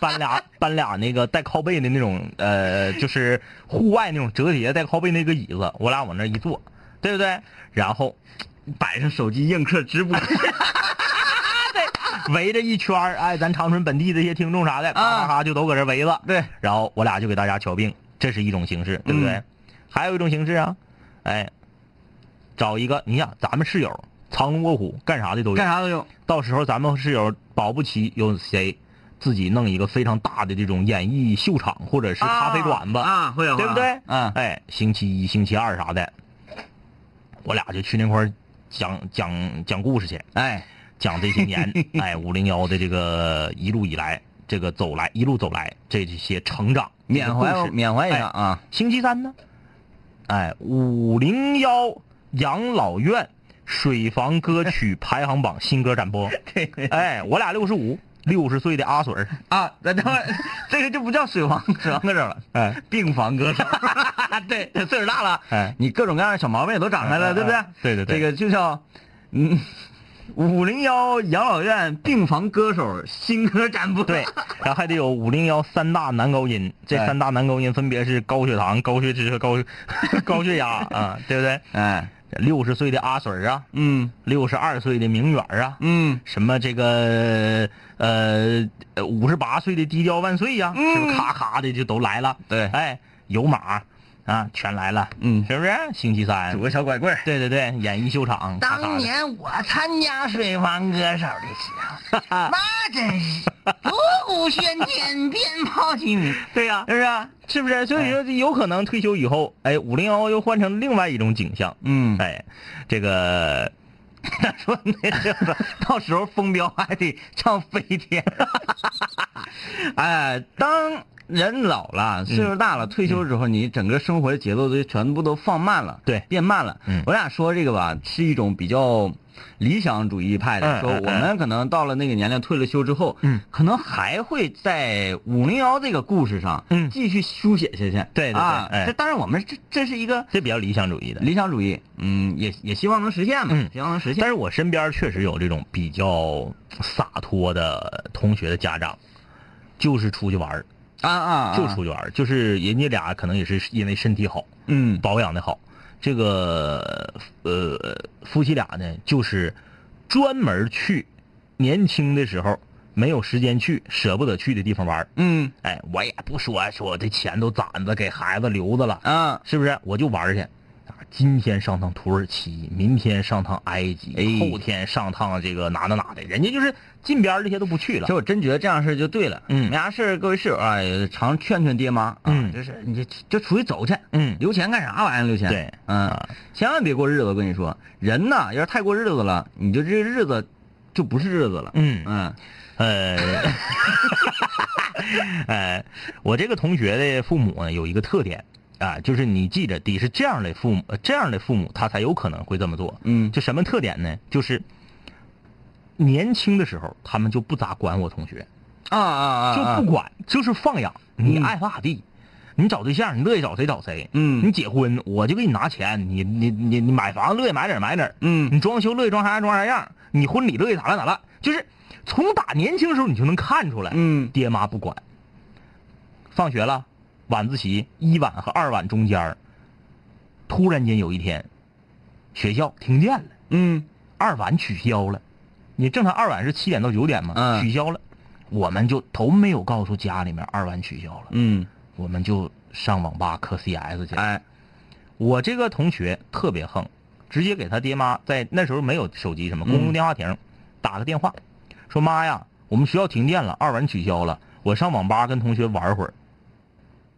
[SPEAKER 1] 搬俩搬俩那个带靠背的那种呃，就是户外那种折叠带靠背那个椅子，我俩往那一坐，对不对？然后
[SPEAKER 3] 摆上手机映客直 播。
[SPEAKER 1] 围着一圈儿哎，咱长春本地这些听众啥的，
[SPEAKER 3] 啊
[SPEAKER 1] 咔咔咔就都搁这围着。
[SPEAKER 3] 对，
[SPEAKER 1] 然后我俩就给大家瞧病，这是一种形式，对不对？
[SPEAKER 3] 嗯
[SPEAKER 1] 还有一种形式啊，哎，找一个你想咱们室友藏龙卧虎干啥的都有
[SPEAKER 3] 干，啥都有。
[SPEAKER 1] 到时候咱们室友保不齐有谁自己弄一个非常大的这种演艺秀场或者是咖啡馆吧，
[SPEAKER 3] 啊，会有，
[SPEAKER 1] 对不对？
[SPEAKER 3] 嗯，
[SPEAKER 1] 哎，星期一、星期二啥的，我俩就去那块儿讲讲讲故事去，
[SPEAKER 3] 哎，
[SPEAKER 1] 讲这些 年，哎，五零幺的这个一路以来，这个走来一路走来这些成长，
[SPEAKER 3] 缅怀
[SPEAKER 1] 这个故事
[SPEAKER 3] 缅怀一下啊，
[SPEAKER 1] 星期三呢，哎，五零幺养老院水房歌曲排行榜新歌 展播。 哎，我俩六十五，六十岁的阿水儿
[SPEAKER 3] 啊，那等会儿这个就不叫水王水王歌手 了，
[SPEAKER 1] 哎，
[SPEAKER 3] 病房 歌手，对，岁数大了，
[SPEAKER 1] 哎
[SPEAKER 3] 你各种各样的小毛病也都长开了，
[SPEAKER 1] 哎哎
[SPEAKER 3] 对不对
[SPEAKER 1] 哎？对对对
[SPEAKER 3] 这个就叫，嗯，五零幺养老院病房歌手新歌展播，
[SPEAKER 1] 对，然后还得有五零幺三大男高音，这
[SPEAKER 3] 哎
[SPEAKER 1] 三大男高音分别是高血糖、高血 脂和高高血压啊，对不对？
[SPEAKER 3] 哎，
[SPEAKER 1] 六十岁的阿水儿啊，
[SPEAKER 3] 嗯
[SPEAKER 1] 六十二岁的明远儿啊，
[SPEAKER 3] 嗯，
[SPEAKER 1] 什么这个呃五十八岁的低调万岁呀、
[SPEAKER 3] 嗯
[SPEAKER 1] 是不是咔咔的就都来了？
[SPEAKER 3] 对
[SPEAKER 1] 哎，有马，啊，全来了，
[SPEAKER 3] 嗯，
[SPEAKER 1] 是不是？星期三
[SPEAKER 3] 拄，个小拐棍儿。
[SPEAKER 1] 对对对，演艺秀场，咔咔
[SPEAKER 3] 当
[SPEAKER 1] 的
[SPEAKER 3] 年我参加水房歌手的时候，那真是锣鼓喧天，鞭炮齐鸣，
[SPEAKER 1] 对呀、
[SPEAKER 3] 是不是？
[SPEAKER 1] 是不是？所以说，
[SPEAKER 3] 哎
[SPEAKER 1] 有可能退休以后，哎，五零幺又换成另外一种景象，
[SPEAKER 3] 嗯，
[SPEAKER 1] 哎，这个。 他说那个，到时候风标还得唱飞天。
[SPEAKER 3] 哎，当人老了，
[SPEAKER 1] 嗯
[SPEAKER 3] 岁数大了，退休之后，你整个生活的节奏都全部都放慢了，
[SPEAKER 1] 对
[SPEAKER 3] 变慢了。
[SPEAKER 1] 嗯
[SPEAKER 3] 我俩说这个吧，是一种比较理想主义派的，
[SPEAKER 1] 嗯
[SPEAKER 3] 说
[SPEAKER 1] 嗯
[SPEAKER 3] 我们可能到了那个年龄，退了休之后，
[SPEAKER 1] 嗯，
[SPEAKER 3] 可能还会在五零幺这个故事上，
[SPEAKER 1] 嗯
[SPEAKER 3] 继续书写下去。
[SPEAKER 1] 对对对
[SPEAKER 3] 啊，
[SPEAKER 1] 哎
[SPEAKER 3] 这当然我们这这是一个
[SPEAKER 1] 这比较理想主义的。
[SPEAKER 3] 理想主义，嗯，也也希望能实现嘛，
[SPEAKER 1] 嗯
[SPEAKER 3] 希望能实现
[SPEAKER 1] 但。是我身边确实有这种比较洒脱的同学的家长，就是出去玩儿，
[SPEAKER 3] 啊啊，
[SPEAKER 1] 就
[SPEAKER 3] 啊
[SPEAKER 1] 出去玩儿，就是人家俩可能也是因为身体好，
[SPEAKER 3] 嗯
[SPEAKER 1] 保养的好，这个呃夫妻俩呢，就是专门去年轻的时候没有时间去、舍不得去的地方玩儿。
[SPEAKER 3] 嗯
[SPEAKER 1] 哎，我也不说说我这钱都攒着给孩子留着了，
[SPEAKER 3] 啊，
[SPEAKER 1] 是不是？我就玩儿去，啊，今天上趟土耳其，明天上趟埃及，
[SPEAKER 3] 哎
[SPEAKER 1] 后天上趟这个哪哪哪的，人家就是近边儿这些都不去了
[SPEAKER 3] 这。我真觉得这样事儿就对了。
[SPEAKER 1] 嗯
[SPEAKER 3] 没啥事儿各位室友啊，也常劝劝爹妈啊，
[SPEAKER 1] 嗯
[SPEAKER 3] 就是你就就出去走去，
[SPEAKER 1] 嗯
[SPEAKER 3] 留钱干啥玩意儿？留钱？
[SPEAKER 1] 对
[SPEAKER 3] 嗯，
[SPEAKER 1] 啊
[SPEAKER 3] 千万别过日子。我跟你说，人呐，要是太过日子了，你就这日子就不是日子了。
[SPEAKER 1] 嗯
[SPEAKER 3] 嗯
[SPEAKER 1] 呃，呃，我这个同学的父母呢有一个特点啊，就是你记着，得是这样的父母，呃这样的父母他才有可能会这么做。
[SPEAKER 3] 嗯
[SPEAKER 1] 就什么特点呢？就是年轻的时候他们就不咋管我同学，
[SPEAKER 3] 啊啊啊，
[SPEAKER 1] 就
[SPEAKER 3] 啊
[SPEAKER 1] 不管，就是放养，你
[SPEAKER 3] 嗯
[SPEAKER 1] 爱咋咋地。你找对象，你乐意找谁找谁。
[SPEAKER 3] 嗯
[SPEAKER 1] 你结婚，我就给你拿钱。你你你你买房，乐意买哪儿买哪儿。
[SPEAKER 3] 嗯
[SPEAKER 1] 你装修乐意装啥样装啥样，你婚礼乐意咋了咋了，就是从打年轻时候你就能看出来，
[SPEAKER 3] 嗯
[SPEAKER 1] 爹妈不管。放学了，晚自习一晚和二晚中间儿，突然间有一天，学校停电了，
[SPEAKER 3] 嗯
[SPEAKER 1] 二晚取消了。你正常二晚是七点到九点嘛，
[SPEAKER 3] 嗯
[SPEAKER 1] 取消了，我们就都没有告诉家里面二晚取消了，
[SPEAKER 3] 嗯，
[SPEAKER 1] 我们就上网吧磕 CS 去了。
[SPEAKER 3] 哎，
[SPEAKER 1] 我这个同学特别横，直接给他爹妈在那时候没有手机什么
[SPEAKER 3] 嗯
[SPEAKER 1] 公用电话亭、打个电话，说妈呀，我们学校停电了，二晚取消了，我上网吧跟同学玩会儿，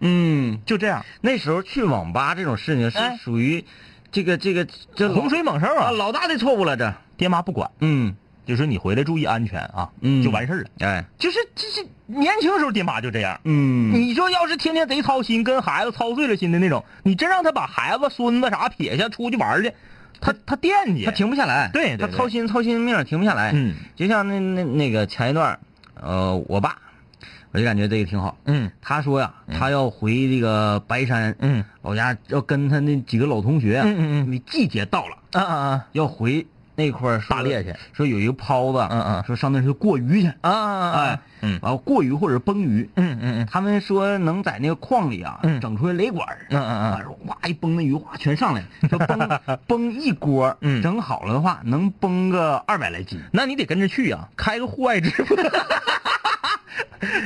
[SPEAKER 3] 嗯，
[SPEAKER 1] 就这样，
[SPEAKER 3] 那时候去网吧这种事情
[SPEAKER 1] 哎
[SPEAKER 3] 是属于这个这个这
[SPEAKER 1] 洪水猛兽啊
[SPEAKER 3] 啊，老大的错误了这。
[SPEAKER 1] 爹妈不管，
[SPEAKER 3] 嗯
[SPEAKER 1] 就说你回来注意安全啊，
[SPEAKER 3] 嗯
[SPEAKER 1] 就完事儿了。
[SPEAKER 3] 哎
[SPEAKER 1] 就是这是年轻时候爹妈就这样，
[SPEAKER 3] 嗯
[SPEAKER 1] 你说要是天天贼操心，跟孩子操碎了心的那种，你真让他把孩子、孙子啥撇下出去玩儿去，他他惦记，啊
[SPEAKER 3] 他停不下来，
[SPEAKER 1] 对
[SPEAKER 3] 他
[SPEAKER 1] 对对
[SPEAKER 3] 操心操心命儿停不下来。
[SPEAKER 1] 嗯
[SPEAKER 3] 就像那那那个前一段儿，呃，我爸，我就感觉这个挺好。
[SPEAKER 1] 嗯
[SPEAKER 3] 他说呀，他要回这个白山
[SPEAKER 1] 嗯
[SPEAKER 3] 老家，要跟他那几个老同学啊，
[SPEAKER 1] 嗯嗯
[SPEAKER 3] 因为季节到了，
[SPEAKER 1] 啊啊
[SPEAKER 3] 要回那块儿说
[SPEAKER 1] 打猎去，
[SPEAKER 3] 说有一个泡子，
[SPEAKER 1] 嗯嗯
[SPEAKER 3] 说上那儿去过鱼去，
[SPEAKER 1] 啊啊
[SPEAKER 3] 哎，
[SPEAKER 1] 嗯
[SPEAKER 3] 完了过鱼或者崩鱼，
[SPEAKER 1] 嗯嗯嗯
[SPEAKER 3] 他们说能在那个矿里啊，
[SPEAKER 1] 嗯
[SPEAKER 3] 整出来雷管儿，
[SPEAKER 1] 嗯嗯嗯
[SPEAKER 3] 啊，哇一崩那鱼哇全上来，说 崩崩一锅，
[SPEAKER 1] 嗯
[SPEAKER 3] 整好了的话能崩个二百来斤，
[SPEAKER 1] 那你得跟着去呀、开个户外直 播。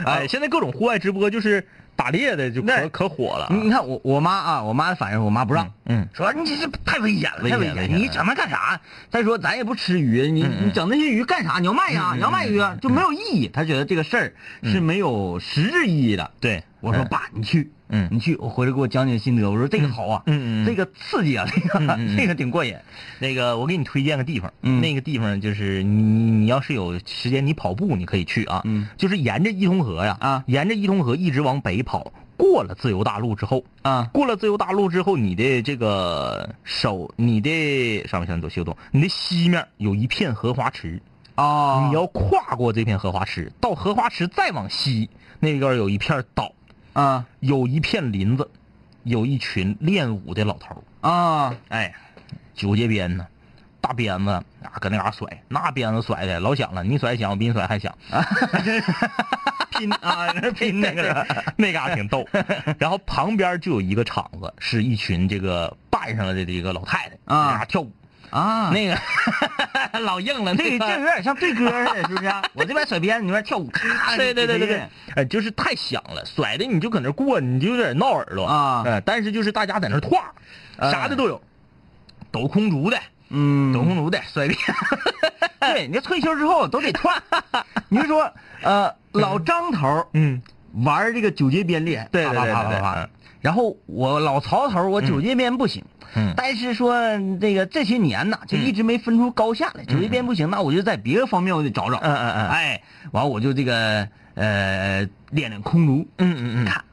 [SPEAKER 1] 哎，现在各种户外直播就是打猎的，就
[SPEAKER 3] 那
[SPEAKER 1] 可可火了啊。
[SPEAKER 3] 你你看我我妈啊，我妈的反应是我妈不让，
[SPEAKER 1] 嗯
[SPEAKER 3] 说你这这太危险了，
[SPEAKER 1] 危
[SPEAKER 3] 太
[SPEAKER 1] 险
[SPEAKER 3] 危险
[SPEAKER 1] 危
[SPEAKER 3] 了，
[SPEAKER 1] 险
[SPEAKER 3] 你整那干啥？再说咱也不吃鱼，你
[SPEAKER 1] 嗯嗯嗯
[SPEAKER 3] 你整那些鱼干啥？你要卖呀，你要卖鱼啊就没有意义。她觉得这个事儿是没有实质意义的。
[SPEAKER 1] 对，
[SPEAKER 3] 我说爸，你去，
[SPEAKER 1] 嗯
[SPEAKER 3] 你去，我回来给我讲讲心得。我说这个好啊，
[SPEAKER 1] 嗯嗯嗯
[SPEAKER 3] 这个刺激啊，这个
[SPEAKER 1] 嗯嗯
[SPEAKER 3] 这个挺过瘾。
[SPEAKER 1] 那个我给你推荐个地方，
[SPEAKER 3] 嗯
[SPEAKER 1] 那个地方就是你你你要是有时间，你跑步你可以去啊，
[SPEAKER 3] 嗯
[SPEAKER 1] 就是沿着伊通河呀，
[SPEAKER 3] 啊
[SPEAKER 1] 沿着伊通河一直往北跑，过了自由大路之后，
[SPEAKER 3] 啊
[SPEAKER 1] 过了自由大路之后，你的这个手，你的上面向左修动，你的西面有一片荷花池，
[SPEAKER 3] 哦，
[SPEAKER 1] 你要跨过这片荷花池，到荷花池再往西那边有一片岛，
[SPEAKER 3] 啊
[SPEAKER 1] 有一片林子，有一群练武的老头儿
[SPEAKER 3] 啊
[SPEAKER 1] 哎，九节鞭呢，大鞭子啊，搁那嘎甩，那鞭子甩的老响了，你甩响，我比你甩 还响，
[SPEAKER 3] 拼 啊，拼那个了。
[SPEAKER 1] 那嘎挺逗。然后旁边就有一个场子，是一群这个扮上了的这个老太太
[SPEAKER 3] 啊
[SPEAKER 1] 在那嘎跳舞，
[SPEAKER 3] 啊，
[SPEAKER 1] 那个 老硬了，
[SPEAKER 3] 这个
[SPEAKER 1] 那
[SPEAKER 3] 这有
[SPEAKER 1] 个
[SPEAKER 3] 点像对歌似的，是不是啊？我这边甩鞭子，你那边跳舞，咔，
[SPEAKER 1] 对对对
[SPEAKER 3] 就
[SPEAKER 1] 对对
[SPEAKER 3] 是，
[SPEAKER 1] 呃，啊就是太响了，甩的你就搁那过，你就有点闹耳朵
[SPEAKER 3] 啊
[SPEAKER 1] 呃但是就是大家在那儿跨，啥的都有，抖空竹的，
[SPEAKER 3] 呃嗯，
[SPEAKER 1] 抖空竹的，甩鞭，
[SPEAKER 3] 对，你这退休之后都得串。你就说，呃，老张头儿
[SPEAKER 1] 嗯，
[SPEAKER 3] 玩这个九节鞭厉害，
[SPEAKER 1] 对对
[SPEAKER 3] 啪
[SPEAKER 1] 对
[SPEAKER 3] 啪啪
[SPEAKER 1] 对
[SPEAKER 3] 啪啪
[SPEAKER 1] 对
[SPEAKER 3] 啪。然后我老曹头儿，我九节鞭不行。
[SPEAKER 1] 嗯
[SPEAKER 3] 但是说这个这些年呐，就一直没分出高下来。九节鞭不行，那我就在别的方面我得找找。
[SPEAKER 1] 嗯嗯嗯
[SPEAKER 3] 哎，完我就这个呃练练空竹。
[SPEAKER 1] 嗯嗯嗯，
[SPEAKER 3] 看，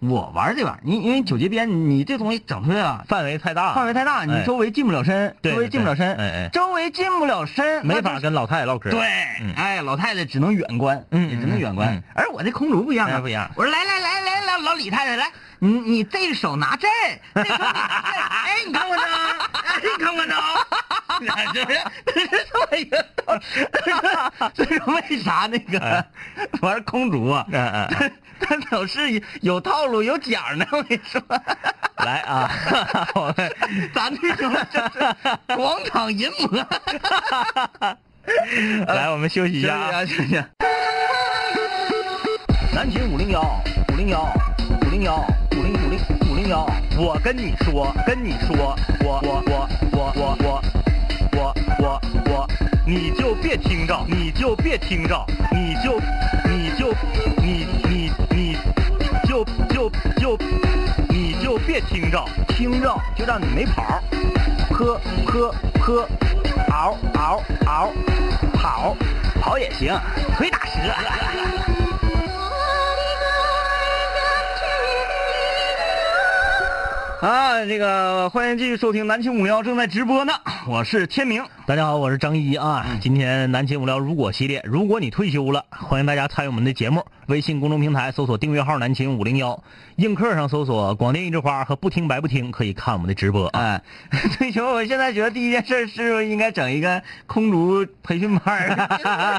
[SPEAKER 3] 我玩这玩意儿，你因为九节鞭，你这东西整出来啊，
[SPEAKER 1] 范围太大了，
[SPEAKER 3] 范围太大，你
[SPEAKER 1] 哎
[SPEAKER 3] 周围近不了身，
[SPEAKER 1] 对
[SPEAKER 3] 周围近不了身，
[SPEAKER 1] 对对哎哎
[SPEAKER 3] 周围近不了身，
[SPEAKER 1] 没
[SPEAKER 3] 那
[SPEAKER 1] 法
[SPEAKER 3] 就是。
[SPEAKER 1] 跟老太太唠嗑。
[SPEAKER 3] 对，
[SPEAKER 1] 嗯
[SPEAKER 3] 哎，老太太只能远观，
[SPEAKER 1] 嗯
[SPEAKER 3] 也只能远观。
[SPEAKER 1] 嗯嗯
[SPEAKER 3] 而我这空竹不一样啊，
[SPEAKER 1] 哎不一样
[SPEAKER 3] 我说来来来来来，老李太太来，你你这手拿这儿，那手拿这儿， 哎，你看我呢，哎，你看我呢， 哎是 不是？这是这么一个道 理。所以说为啥那
[SPEAKER 1] 哎
[SPEAKER 3] 个 玩空竹啊，
[SPEAKER 1] 嗯嗯嗯，
[SPEAKER 3] 他老是有套路有讲呢？我跟你说，
[SPEAKER 1] 来啊， 我们
[SPEAKER 3] 咱这种就是广场淫魔。
[SPEAKER 1] 来，我们休息一
[SPEAKER 3] 行
[SPEAKER 1] 下啊。
[SPEAKER 3] 行行。南秦五零幺，五零幺，五零幺，五零五零五零幺。
[SPEAKER 1] 我跟你说，跟你说，我我我我我我我我我，你就别听着，你就别听着，你就你就你你你就就就你就别听着，听着就让你没跑，喝喝喝，嗷嗷嗷，跑跑也行，腿打折。
[SPEAKER 3] 啊，这个欢迎继续收听南秦五零幺正在直播呢，我是天明。
[SPEAKER 1] 大家好，我是张一啊。
[SPEAKER 3] 嗯
[SPEAKER 1] 今天南秦无聊如果系列，如果你退休了，欢迎大家参与我们的节目。微信公众平台搜索订阅号“南秦五零幺”，映客上搜索“广电一枝花”和“不听白不听”，可以看我们的直播啊。
[SPEAKER 3] 哎， 退休，我现在觉得第一件事是不是应该整一个空竹培训班儿？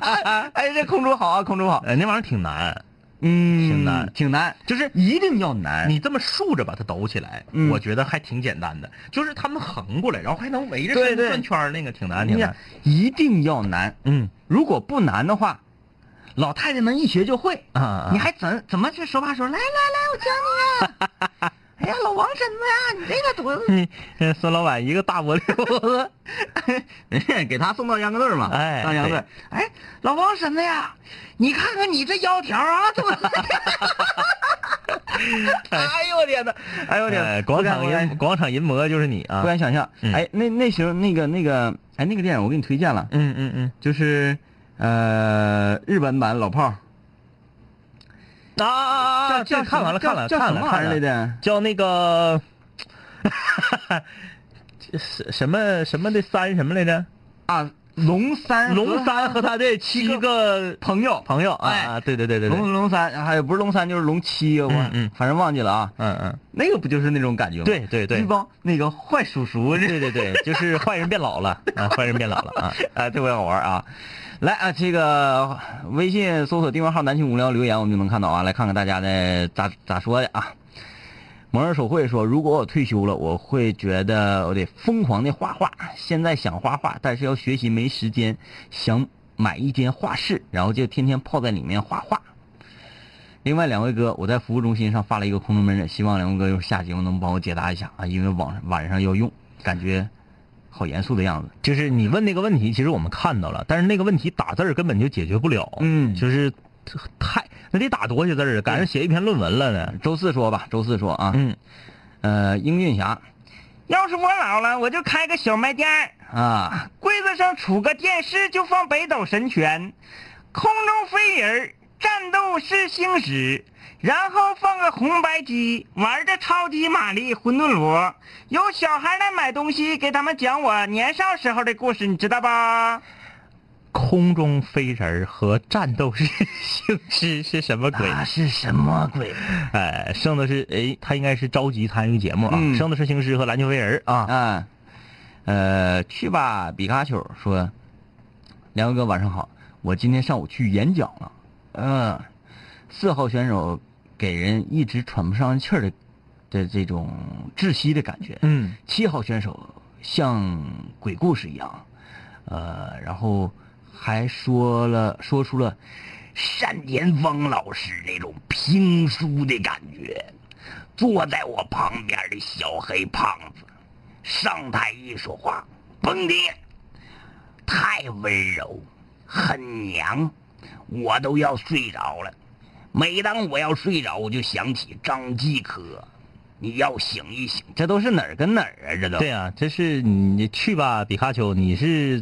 [SPEAKER 3] 哎，这空竹好啊，空竹好。
[SPEAKER 1] 呃，那玩意儿挺难，
[SPEAKER 3] 嗯
[SPEAKER 1] 挺难
[SPEAKER 3] 挺难，
[SPEAKER 1] 就是
[SPEAKER 3] 一定要难。
[SPEAKER 1] 你这么竖着把它抖起来，
[SPEAKER 3] 嗯
[SPEAKER 1] 我觉得还挺简单的。就是他们横过来，然后还能围着
[SPEAKER 3] 对
[SPEAKER 1] 身
[SPEAKER 3] 对
[SPEAKER 1] 转圈儿那个挺难，
[SPEAKER 3] 你
[SPEAKER 1] 啊挺
[SPEAKER 3] 想
[SPEAKER 1] 难。
[SPEAKER 3] 一定要难。
[SPEAKER 1] 嗯
[SPEAKER 3] 如果不难的话，老太太们一学就会。
[SPEAKER 1] 啊啊，
[SPEAKER 3] 你还怎怎么去手把手？来来来，我教你啊！ 哎呀，老王婶子呀，你这个犊子，
[SPEAKER 1] 你呃孙老板一个大脖子，
[SPEAKER 3] 没事， 给他送到秧歌队嘛，
[SPEAKER 1] 哎
[SPEAKER 3] 到秧歌队。哎，老王婶子呀，你看看你这腰条啊，怎么？哎呦我天哪！哎呦我天
[SPEAKER 1] 呃
[SPEAKER 3] 哪！
[SPEAKER 1] 广场
[SPEAKER 3] 不敢
[SPEAKER 1] 银广场银魔就是你 啊
[SPEAKER 3] 不。敢想象。
[SPEAKER 1] 嗯
[SPEAKER 3] 哎，那那行那个那个，哎，那个电影我给你推荐了，
[SPEAKER 1] 嗯嗯嗯。
[SPEAKER 3] 就是呃日本版老炮儿。
[SPEAKER 1] 啊啊啊！
[SPEAKER 3] 嗯叫叫
[SPEAKER 1] 这看完了，
[SPEAKER 3] 什么
[SPEAKER 1] 看了，
[SPEAKER 3] 叫
[SPEAKER 1] 看
[SPEAKER 3] 叫什
[SPEAKER 1] 了，
[SPEAKER 3] 么玩意
[SPEAKER 1] 看
[SPEAKER 3] 儿
[SPEAKER 1] 了
[SPEAKER 3] 来的
[SPEAKER 1] 叫那个， 什什么什么的三什么来着？
[SPEAKER 3] 啊，龙三
[SPEAKER 1] 龙三和他的七个
[SPEAKER 3] 朋友，
[SPEAKER 1] 朋友啊
[SPEAKER 3] 哎
[SPEAKER 1] 啊！对对对对对，
[SPEAKER 3] 龙龙三还有不是龙三就是龙七，我
[SPEAKER 1] 嗯嗯
[SPEAKER 3] 反正忘记了啊。
[SPEAKER 1] 嗯嗯，
[SPEAKER 3] 那个不就是那种感觉吗？
[SPEAKER 1] 对对对
[SPEAKER 3] 一帮那个坏叔叔，这
[SPEAKER 1] 对对对，就是坏人变老了啊，坏人变老了啊！
[SPEAKER 3] 啊特别好玩啊。来啊，这个微信搜索订阅号“南青无聊”留言，我们就能看到啊。来看看大家的咋咋说的啊。蒙人手绘说：“如果我退休了，我会觉得我得疯狂的画画。现在 想画画，但是要学习没时间，想买一间画室，然后就天天泡在里面画画。”另外两位哥，我在服务中心上发了一个空中门诊，希望两位哥就是下节目能帮我解答一下啊，因为晚晚上要用，感觉好严肃的样子。
[SPEAKER 1] 就是你问那个问题，其实我们看到了，但是那个问题打字儿根本就解决不了，
[SPEAKER 3] 嗯
[SPEAKER 1] 就是太那得打多些字儿啊，赶上写一篇论文了呢。
[SPEAKER 3] 周四说吧，周四说啊，
[SPEAKER 1] 嗯，
[SPEAKER 3] 呃，英俊侠，要是我老了，我就开个小卖店啊，柜子上杵个电视，就放北斗神拳，空中飞人，战斗是星矢，然后放个红白机，玩着超级玛丽、魂斗罗，有小孩来买东西，给他们讲我年少时候的故事，你知道吧？
[SPEAKER 1] 空中飞人儿和战斗士性质是什么鬼？
[SPEAKER 3] 是什么鬼
[SPEAKER 1] 哎，剩的是哎，他应该是着急参与节目啊。
[SPEAKER 3] 嗯
[SPEAKER 1] 剩的是星矢和篮球飞人儿啊。
[SPEAKER 3] 啊，呃，去吧，比卡丘说，梁哥晚上好，我今天上午去演讲了，嗯、四号选手给人一直喘不上气儿的的这种窒息的感觉，
[SPEAKER 1] 嗯
[SPEAKER 3] 七号选手像鬼故事一样，呃，然后还说了说出了单田芳老师那种评书的感觉。坐在我旁边的小黑胖子上台一说话，蹦迪，太温柔，很娘，我都要睡着了。每当我要睡着，我就想起张继科，你要醒一醒，这都是哪儿跟哪儿啊？这都
[SPEAKER 1] 对啊，这是你去吧，比卡丘，你是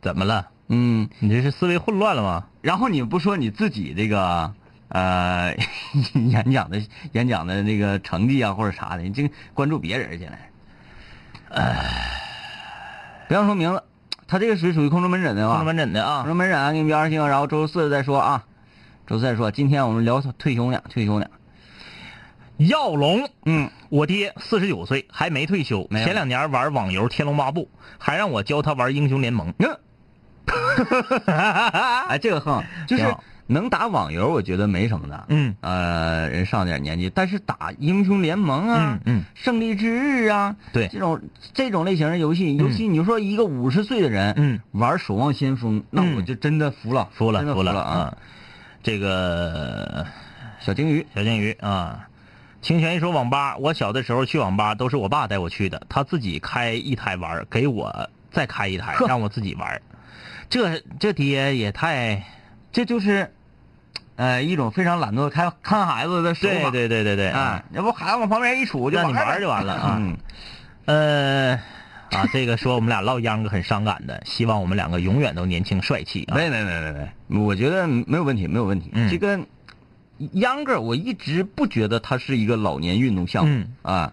[SPEAKER 1] 怎么了？
[SPEAKER 3] 嗯，
[SPEAKER 1] 你这是思维混乱了吗？
[SPEAKER 3] 然后你不说你自己这个呃 演讲的演讲的那个成绩啊或者啥的，你这个关注别人去了。唉，不要说名字，他这个属于属于空中门诊的吧？
[SPEAKER 1] 看着门诊的
[SPEAKER 3] 我
[SPEAKER 1] 啊，
[SPEAKER 3] 说没染，给你标二星，然后周四再说啊，周四再说。今天我们聊退休呢，退休呢。
[SPEAKER 1] 耀龙，
[SPEAKER 3] 嗯，
[SPEAKER 1] 我爹四十九岁还没退休，
[SPEAKER 3] 没有
[SPEAKER 1] 前两年玩网游《天龙八部》，还让我教他玩英雄联盟。
[SPEAKER 3] 那、 哎，这个横，就是
[SPEAKER 1] 挺好
[SPEAKER 3] 能打网游，我觉得没什么的。
[SPEAKER 1] 嗯
[SPEAKER 3] 呃，人上点年纪，但是打英雄联盟啊
[SPEAKER 1] 嗯、嗯，
[SPEAKER 3] 胜利之日啊，
[SPEAKER 1] 对
[SPEAKER 3] 这种这种类型的游戏，尤其你就说一个五十岁的人，
[SPEAKER 1] 嗯，
[SPEAKER 3] 玩《守望先锋》，那
[SPEAKER 1] 嗯
[SPEAKER 3] 我就真的服了，
[SPEAKER 1] 服了
[SPEAKER 3] 真的
[SPEAKER 1] 服
[SPEAKER 3] 服
[SPEAKER 1] 了
[SPEAKER 3] 啊！
[SPEAKER 1] 啊，这个
[SPEAKER 3] 小鲸鱼，
[SPEAKER 1] 小金鱼啊，清泉一说网吧，我小的时候去网吧都是我爸带我去的，他自己开一台玩儿，给我再开一台
[SPEAKER 3] 呵
[SPEAKER 1] 让我自己玩儿，这这爹也太
[SPEAKER 3] 这就是，呃，一种非常懒惰看看孩子的手法。
[SPEAKER 1] 对对对对对
[SPEAKER 3] 啊
[SPEAKER 1] 啊，，
[SPEAKER 3] 要不孩子往旁边一杵就
[SPEAKER 1] 让你玩
[SPEAKER 3] 玩
[SPEAKER 1] 儿就完了啊
[SPEAKER 3] 嗯，
[SPEAKER 1] 呃啊，这个说我们俩唠秧歌很伤感的，希望我们两个永远都年轻帅气啊。
[SPEAKER 3] 没没没没没，我觉得没有问题，没有问题。
[SPEAKER 1] 嗯
[SPEAKER 3] 这个秧歌儿我一直不觉得它是一个老年运动项目、
[SPEAKER 1] 嗯
[SPEAKER 3] 啊，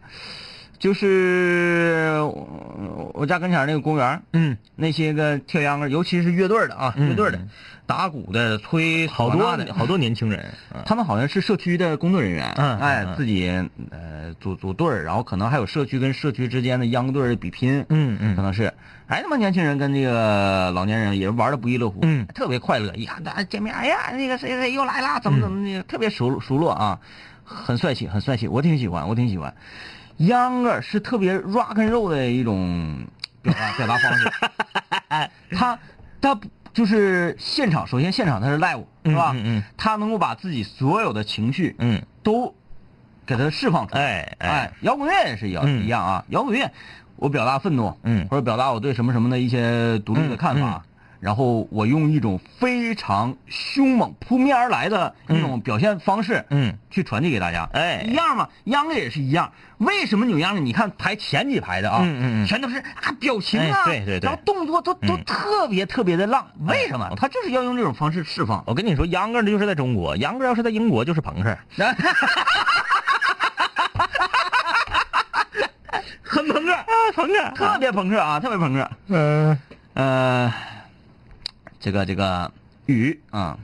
[SPEAKER 3] 就是我我家跟前儿那个公园儿
[SPEAKER 1] 嗯，
[SPEAKER 3] 那些个跳秧歌儿，尤其是乐队儿的啊，
[SPEAKER 1] 嗯
[SPEAKER 3] 乐队儿的
[SPEAKER 1] 嗯，
[SPEAKER 3] 打鼓的，吹
[SPEAKER 1] 好
[SPEAKER 3] 唢呐
[SPEAKER 1] 多
[SPEAKER 3] 的，
[SPEAKER 1] 好多年轻人，啊
[SPEAKER 3] 他们好像是社区的工作人员，
[SPEAKER 1] 嗯嗯
[SPEAKER 3] 哎，
[SPEAKER 1] 嗯
[SPEAKER 3] 自己呃组组队儿，然后可能还有社区跟社区之间的秧歌队儿的比拼，
[SPEAKER 1] 嗯
[SPEAKER 3] 可
[SPEAKER 1] 嗯
[SPEAKER 3] 能是，哎，他妈年轻人跟这个老年人也是玩的不亦乐乎，
[SPEAKER 1] 嗯
[SPEAKER 3] 特别快乐。一看大家见面，哎呀，那个谁谁又来啦，怎么怎么
[SPEAKER 1] 嗯
[SPEAKER 3] 的，特别熟熟络啊，很帅气，很帅气，我挺喜欢，我挺喜欢。秧歌是特别 rock and roll 的一种表达表达方 式，他他就是现场，首先现场他是 live 是吧？
[SPEAKER 1] 嗯嗯嗯
[SPEAKER 3] 他能够把自己所有的情绪
[SPEAKER 1] 嗯，
[SPEAKER 3] 都给他释放出来。
[SPEAKER 1] 哎哎
[SPEAKER 3] 哎，摇滚乐也是一样
[SPEAKER 1] 嗯
[SPEAKER 3] 一样啊，摇滚乐我表达愤怒，
[SPEAKER 1] 嗯
[SPEAKER 3] 或者表达我对什么什么的一些独立的看法，然后我用一种非常凶猛扑面而来的一种表现方式，
[SPEAKER 1] 嗯，
[SPEAKER 3] 去传递给大家，
[SPEAKER 1] 哎
[SPEAKER 3] 一样嘛，秧歌也是一样。为什么扭秧歌？你看排前几排的啊，
[SPEAKER 1] 嗯嗯嗯
[SPEAKER 3] 全都是啊表情啊，
[SPEAKER 1] 哎对对对
[SPEAKER 3] 然后动作都都
[SPEAKER 1] 嗯哎
[SPEAKER 3] 特别特别的浪，为什么？他就是要用这种方式释放。
[SPEAKER 1] 我跟你说，秧歌儿就是在中国，秧歌儿要是在英国就是朋克，
[SPEAKER 3] 很朋 克啊，朋克，特别朋克啊，特别朋克。
[SPEAKER 1] 嗯。
[SPEAKER 3] 呃，这个这个雨啊，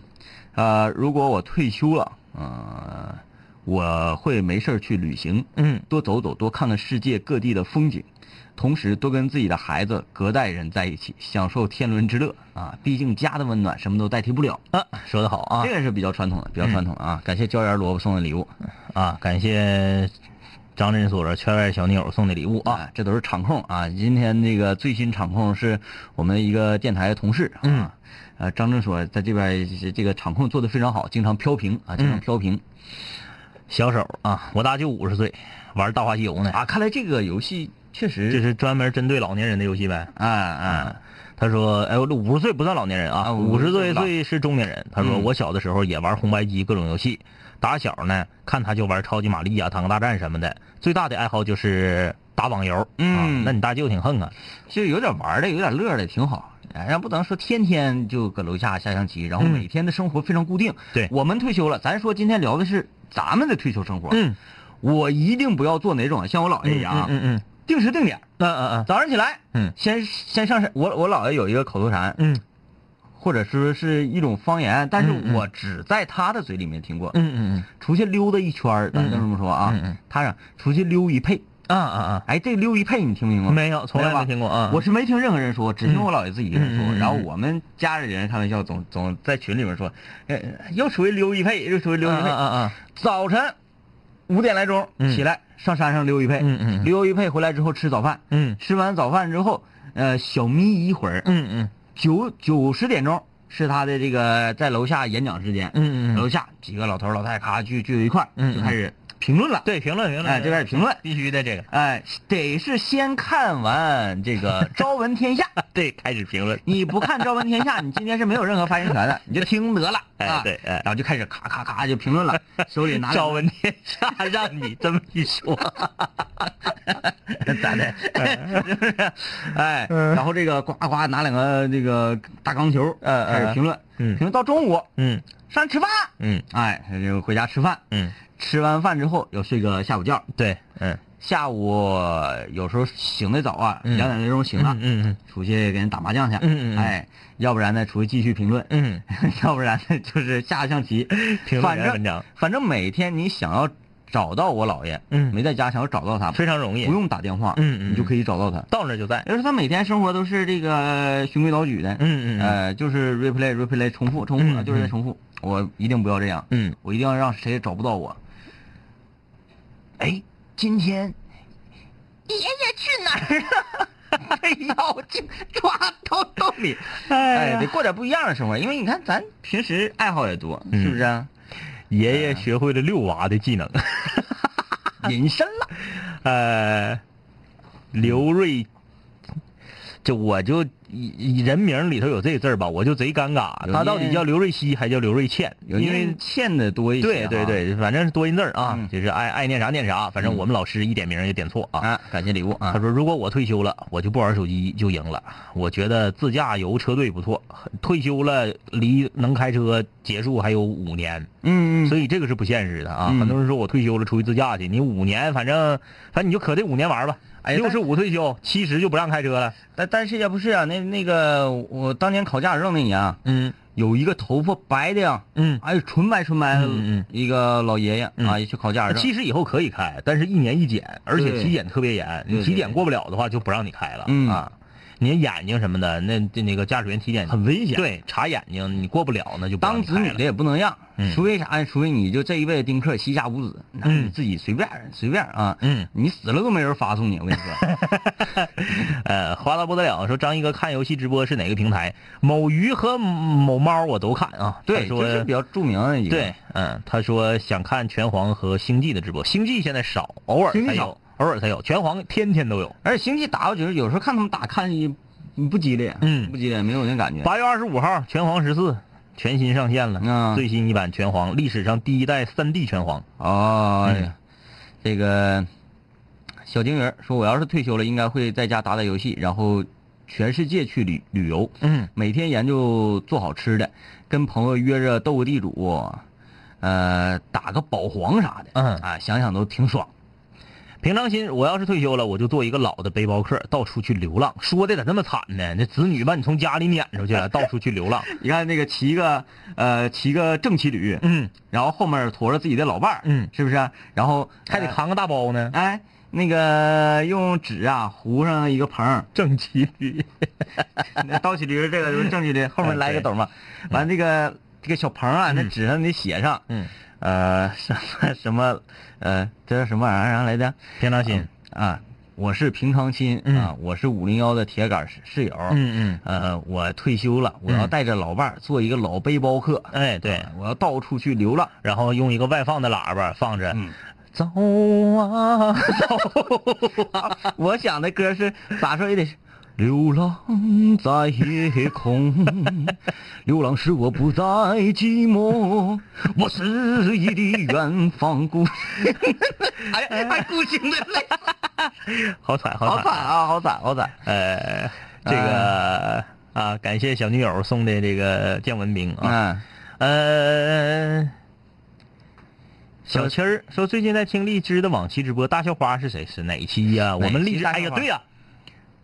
[SPEAKER 3] 呃，如果我退休了，呃，我会没事儿去旅行，
[SPEAKER 1] 嗯
[SPEAKER 3] 多走走，多看看世界各地的风景，同时多跟自己的孩子、隔代人在一起，享受天伦之乐啊！毕竟家的温暖什么都代替不了。
[SPEAKER 1] 啊，说的好啊
[SPEAKER 3] 这个是比较传统的，比较传统的啊！感谢椒盐萝卜送的礼物
[SPEAKER 1] 啊！感谢张诊所圈外小女友送的礼物啊！
[SPEAKER 3] 啊，这都是场控啊！今天这个最新场控是我们一个电台的同事啊，
[SPEAKER 1] 嗯
[SPEAKER 3] 呃，张正所在这边这这个场控做的非常好，经常飘屏
[SPEAKER 1] 嗯
[SPEAKER 3] 啊，经常飘屏、
[SPEAKER 1] 小手啊，我大舅五十岁，玩《大话西游》呢，
[SPEAKER 3] 啊。看来这个游戏确实
[SPEAKER 1] 这是专门针对老年人的游戏呗。嗯
[SPEAKER 3] 啊啊，
[SPEAKER 1] 他说：“哎，我这五十岁不算老年人啊，
[SPEAKER 3] 啊
[SPEAKER 1] 五十
[SPEAKER 3] 50
[SPEAKER 1] 多
[SPEAKER 3] 岁
[SPEAKER 1] 岁
[SPEAKER 3] 老
[SPEAKER 1] 是中年人。”他说：“
[SPEAKER 3] 嗯
[SPEAKER 1] 我小的时候也玩红白机各种游戏，打小呢看他就玩超级玛丽啊、坦克大战什么的，最大的爱好就是打网游。啊
[SPEAKER 3] 嗯，
[SPEAKER 1] 那你大舅挺横啊，
[SPEAKER 3] 就有点玩的，有点乐的，挺好。哎，咱不能说天天就搁楼下下象棋，然后
[SPEAKER 1] 嗯
[SPEAKER 3] 每天的生活非常固定。
[SPEAKER 1] 对
[SPEAKER 3] 我们退休了，咱说今天聊的是咱们的退休生活。
[SPEAKER 1] 嗯，
[SPEAKER 3] 我一定不要做哪种像我姥爷一样啊，
[SPEAKER 1] 嗯嗯
[SPEAKER 3] 定时定点儿，
[SPEAKER 1] 嗯嗯
[SPEAKER 3] 早上起来，
[SPEAKER 1] 嗯
[SPEAKER 3] 先先上山。我我姥爷有一个口头禅，
[SPEAKER 1] 嗯
[SPEAKER 3] 或者说是一种方言，但是
[SPEAKER 1] 嗯嗯
[SPEAKER 3] 我只在他的嘴里面听过。
[SPEAKER 1] 嗯嗯
[SPEAKER 3] 出去溜达一圈儿，咱
[SPEAKER 1] 嗯
[SPEAKER 3] 就这么说啊。
[SPEAKER 1] 嗯嗯
[SPEAKER 3] 他让出去溜一配，
[SPEAKER 1] 嗯啊啊
[SPEAKER 3] 哎，这溜一配你听没听
[SPEAKER 1] 啊！
[SPEAKER 3] 过？
[SPEAKER 1] 没有，从
[SPEAKER 3] 嗯
[SPEAKER 1] 来
[SPEAKER 3] 没有
[SPEAKER 1] 没
[SPEAKER 3] 吧
[SPEAKER 1] 听过啊。
[SPEAKER 3] 我是没听任何人说，只听我姥爷自己一个人说。
[SPEAKER 1] 嗯嗯嗯嗯
[SPEAKER 3] 然后我们家里人开玩笑，总总在群里面说，呃，又出去溜一配，又出去溜一
[SPEAKER 1] 啊
[SPEAKER 3] 配。
[SPEAKER 1] 啊啊啊！
[SPEAKER 3] 早晨五点来钟
[SPEAKER 1] 嗯
[SPEAKER 3] 起来，上山上溜一配，
[SPEAKER 1] 嗯嗯嗯
[SPEAKER 3] 溜一配回来之后吃早饭，
[SPEAKER 1] 嗯
[SPEAKER 3] 吃完早饭之后，呃，小眯一会儿，
[SPEAKER 1] 嗯嗯
[SPEAKER 3] 九九十点钟是他的这个在楼下演讲时间，
[SPEAKER 1] 嗯嗯嗯
[SPEAKER 3] 楼下几个老头儿老太太咔聚聚一块儿，
[SPEAKER 1] 嗯嗯
[SPEAKER 3] 就开始评论了，
[SPEAKER 1] 对，评论评论，
[SPEAKER 3] 哎就开始评论
[SPEAKER 1] 必须的这个，
[SPEAKER 3] 哎，得是先看完这个《朝闻天 下》，
[SPEAKER 1] 对，开始评论，
[SPEAKER 3] 你不看《朝闻天下》，你今天是没有任何发言权的，你就听得了，
[SPEAKER 1] 哎
[SPEAKER 3] 啊
[SPEAKER 1] 对哎
[SPEAKER 3] 然后就开始咔咔咔就评论 了，手里拿着
[SPEAKER 1] 朝闻天下，让你这么一说，
[SPEAKER 3] 咋的？是不是？ 哎，
[SPEAKER 1] 嗯
[SPEAKER 3] 然后这个呱呱拿两个这个大钢球，
[SPEAKER 1] 嗯嗯
[SPEAKER 3] 开始评论，
[SPEAKER 1] 嗯
[SPEAKER 3] 评论到中午
[SPEAKER 1] 嗯
[SPEAKER 3] 上吃饭，
[SPEAKER 1] 嗯
[SPEAKER 3] 哎，就回家吃饭，
[SPEAKER 1] 嗯，
[SPEAKER 3] 吃完饭之后又睡个下午觉，
[SPEAKER 1] 对，嗯
[SPEAKER 3] 下午有时候醒得早啊，
[SPEAKER 1] 嗯
[SPEAKER 3] 两点多钟醒了
[SPEAKER 1] 嗯，嗯
[SPEAKER 3] 出去给人打麻将去，
[SPEAKER 1] 嗯嗯嗯
[SPEAKER 3] 哎，要不然呢出去继续评论，
[SPEAKER 1] 嗯
[SPEAKER 3] 要不然呢就是下象棋，
[SPEAKER 1] 评论
[SPEAKER 3] 反
[SPEAKER 1] 员
[SPEAKER 3] 正
[SPEAKER 1] 文章
[SPEAKER 3] 反正每天你想要找到我姥爷，
[SPEAKER 1] 嗯
[SPEAKER 3] 没在家想要找到他
[SPEAKER 1] 嗯，，非常容易，
[SPEAKER 3] 不用打电话，
[SPEAKER 1] 嗯嗯
[SPEAKER 3] 你就可以找到他。
[SPEAKER 1] 到那儿就在，
[SPEAKER 3] 也就是他每天生活都是这个循规蹈矩的，
[SPEAKER 1] 嗯嗯嗯
[SPEAKER 3] 呃，就是 replay replay 重复重复，
[SPEAKER 1] 嗯嗯
[SPEAKER 3] 就是在重复。我一定不要这样，
[SPEAKER 1] 嗯
[SPEAKER 3] 我一定要让谁也找不到我。哎，今天爷爷去哪儿了？哎呀，我就抓到兜里。
[SPEAKER 1] 哎
[SPEAKER 3] 哎，
[SPEAKER 1] 呀
[SPEAKER 3] 得过点不一样的生活，因为你看咱平时爱好也多，
[SPEAKER 1] 嗯
[SPEAKER 3] 是不是 啊？
[SPEAKER 1] 爷爷学会了遛娃的技能，
[SPEAKER 3] 隐身了，
[SPEAKER 1] 呃，刘瑞，这我就以人名里头有这个字儿吧，我就贼尴尬，
[SPEAKER 3] 有
[SPEAKER 1] 他到底
[SPEAKER 3] 念
[SPEAKER 1] 叫刘瑞希还叫刘瑞倩？
[SPEAKER 3] 有
[SPEAKER 1] 因为
[SPEAKER 3] 念欠的多一些啊
[SPEAKER 1] 啊对
[SPEAKER 3] 哈。
[SPEAKER 1] 对对，反正是多音字儿啊，
[SPEAKER 3] 嗯
[SPEAKER 1] 就是爱爱念啥念啥，反正我们老师一点名儿也点错啊。
[SPEAKER 3] 啊，感谢礼物啊
[SPEAKER 1] 他！说：“如果我退休了，我就不玩手机就赢了。我觉得自驾游车队不错，退休了离能开车结束还有五年，
[SPEAKER 3] 嗯
[SPEAKER 1] 所以这个是不现实的啊。
[SPEAKER 3] 嗯
[SPEAKER 1] 很多人说我退休了出去自驾去，你五年反正反正你就可这五年玩吧。
[SPEAKER 3] 哎呀
[SPEAKER 1] 六十五退休，七十就不让开车了。
[SPEAKER 3] 但但是也不是啊，那那个我当年考驾照那年啊，
[SPEAKER 1] 嗯
[SPEAKER 3] 有一个头发白的呀，
[SPEAKER 1] 嗯，
[SPEAKER 3] 哎呦纯白纯白的
[SPEAKER 1] 嗯嗯嗯
[SPEAKER 3] 一个老爷爷、
[SPEAKER 1] 嗯
[SPEAKER 3] 啊，也去考驾照。
[SPEAKER 1] 七十以后可以开，但是一年一检，而且
[SPEAKER 3] 对
[SPEAKER 1] 体检特别严，
[SPEAKER 3] 对
[SPEAKER 1] 你
[SPEAKER 3] 对
[SPEAKER 1] 体检
[SPEAKER 3] 对
[SPEAKER 1] 过不了的话就不让你开了
[SPEAKER 3] 嗯
[SPEAKER 1] 啊。你眼睛什么的，那那那个驾驶员体检
[SPEAKER 3] 很危险
[SPEAKER 1] 对，查眼睛你过不了，那就不让
[SPEAKER 3] 当
[SPEAKER 1] 你
[SPEAKER 3] 子
[SPEAKER 1] 开
[SPEAKER 3] 女的
[SPEAKER 1] 了。
[SPEAKER 3] 也不能让，
[SPEAKER 1] 嗯
[SPEAKER 3] 除非啥呀？除非你就这一辈子丁克，膝下无子，那
[SPEAKER 1] 嗯
[SPEAKER 3] 你自己随便随便啊，
[SPEAKER 1] 嗯，
[SPEAKER 3] 你死了都没人发送你，我跟你 说。
[SPEAKER 1] 呃，花到不得了说张一哥看游戏直播是哪个平台？某鱼和某猫我都看啊。
[SPEAKER 3] 对，这
[SPEAKER 1] 他
[SPEAKER 3] 是
[SPEAKER 1] 说
[SPEAKER 3] 比较著名的一个。
[SPEAKER 1] 对，，嗯，他说想看拳皇和星际的直播，星际现在少，偶尔
[SPEAKER 3] 星
[SPEAKER 1] 才
[SPEAKER 3] 际少
[SPEAKER 1] 有，偶尔才有，拳皇天天都有。
[SPEAKER 3] 而且星际打，我觉得有时候看他们打看一不激烈，
[SPEAKER 1] 嗯
[SPEAKER 3] 不激烈，没有那感觉。
[SPEAKER 1] 八月二十五号，《拳皇十四》全新上线了，
[SPEAKER 3] 啊
[SPEAKER 1] 最新一版《拳皇》，历史上第一代三 D 拳皇。
[SPEAKER 3] 哦，哎
[SPEAKER 1] 嗯
[SPEAKER 3] 呀这个小金鱼儿说，我要是退休了，应该会在家打打游戏，然后全世界去旅旅游，
[SPEAKER 1] 嗯
[SPEAKER 3] 每天研究做好吃的，跟朋友约着斗个地主，呃，打个保皇啥的，
[SPEAKER 1] 嗯
[SPEAKER 3] 啊，想想都挺爽。
[SPEAKER 1] 平常心，我要是退休了，我就做一个老的背包客，到处去流浪。说的咋那么惨呢？那子女把你从家里撵出去了，到处去流浪。
[SPEAKER 3] 你看那个骑个呃骑个正骑驴，
[SPEAKER 1] 嗯，
[SPEAKER 3] 然后后面驮着自己的老伴儿，
[SPEAKER 1] 嗯
[SPEAKER 3] 是不是啊、然后
[SPEAKER 1] 还得
[SPEAKER 3] 呃
[SPEAKER 1] 扛个大包呢。
[SPEAKER 3] 哎那个用纸啊糊上一个棚 儿，
[SPEAKER 1] 正骑驴，
[SPEAKER 3] 那倒骑驴这个就是正骑
[SPEAKER 1] 哎
[SPEAKER 3] 驴，后面来一个斗嘛。完这个这个小鹏啊，那纸上得写上，
[SPEAKER 1] 嗯，
[SPEAKER 3] 呃，什么什么，呃，这叫什么玩意儿来着？
[SPEAKER 1] 平常心。
[SPEAKER 3] 啊，我是平常心
[SPEAKER 1] 嗯
[SPEAKER 3] 啊，我是五零幺的铁杆室室友。
[SPEAKER 1] 嗯
[SPEAKER 3] 呃，我退休了，我要带着老伴儿做一个老背包客。
[SPEAKER 1] 嗯，哎对
[SPEAKER 3] 啊，我要到处去流浪。
[SPEAKER 1] 然后用一个外放的喇叭放着，
[SPEAKER 3] 嗯
[SPEAKER 1] 走啊走，
[SPEAKER 3] 我想的歌是咋说也得是。流浪在夜空，流浪使我不再寂寞。我肆意的远方故，哎呀，还孤行 的泪，
[SPEAKER 1] 好惨好
[SPEAKER 3] 好
[SPEAKER 1] 惨
[SPEAKER 3] 惨啊，好惨，好惨。
[SPEAKER 1] 呃，这个啊，感谢小女友送的这个降文兵啊。
[SPEAKER 3] 嗯，
[SPEAKER 1] 呃，小七儿说最近在听荔枝的往期直播，大校花是谁？是哪一期呀、我们荔枝，
[SPEAKER 3] 大校
[SPEAKER 1] 哎
[SPEAKER 3] 花
[SPEAKER 1] 呀，对呀、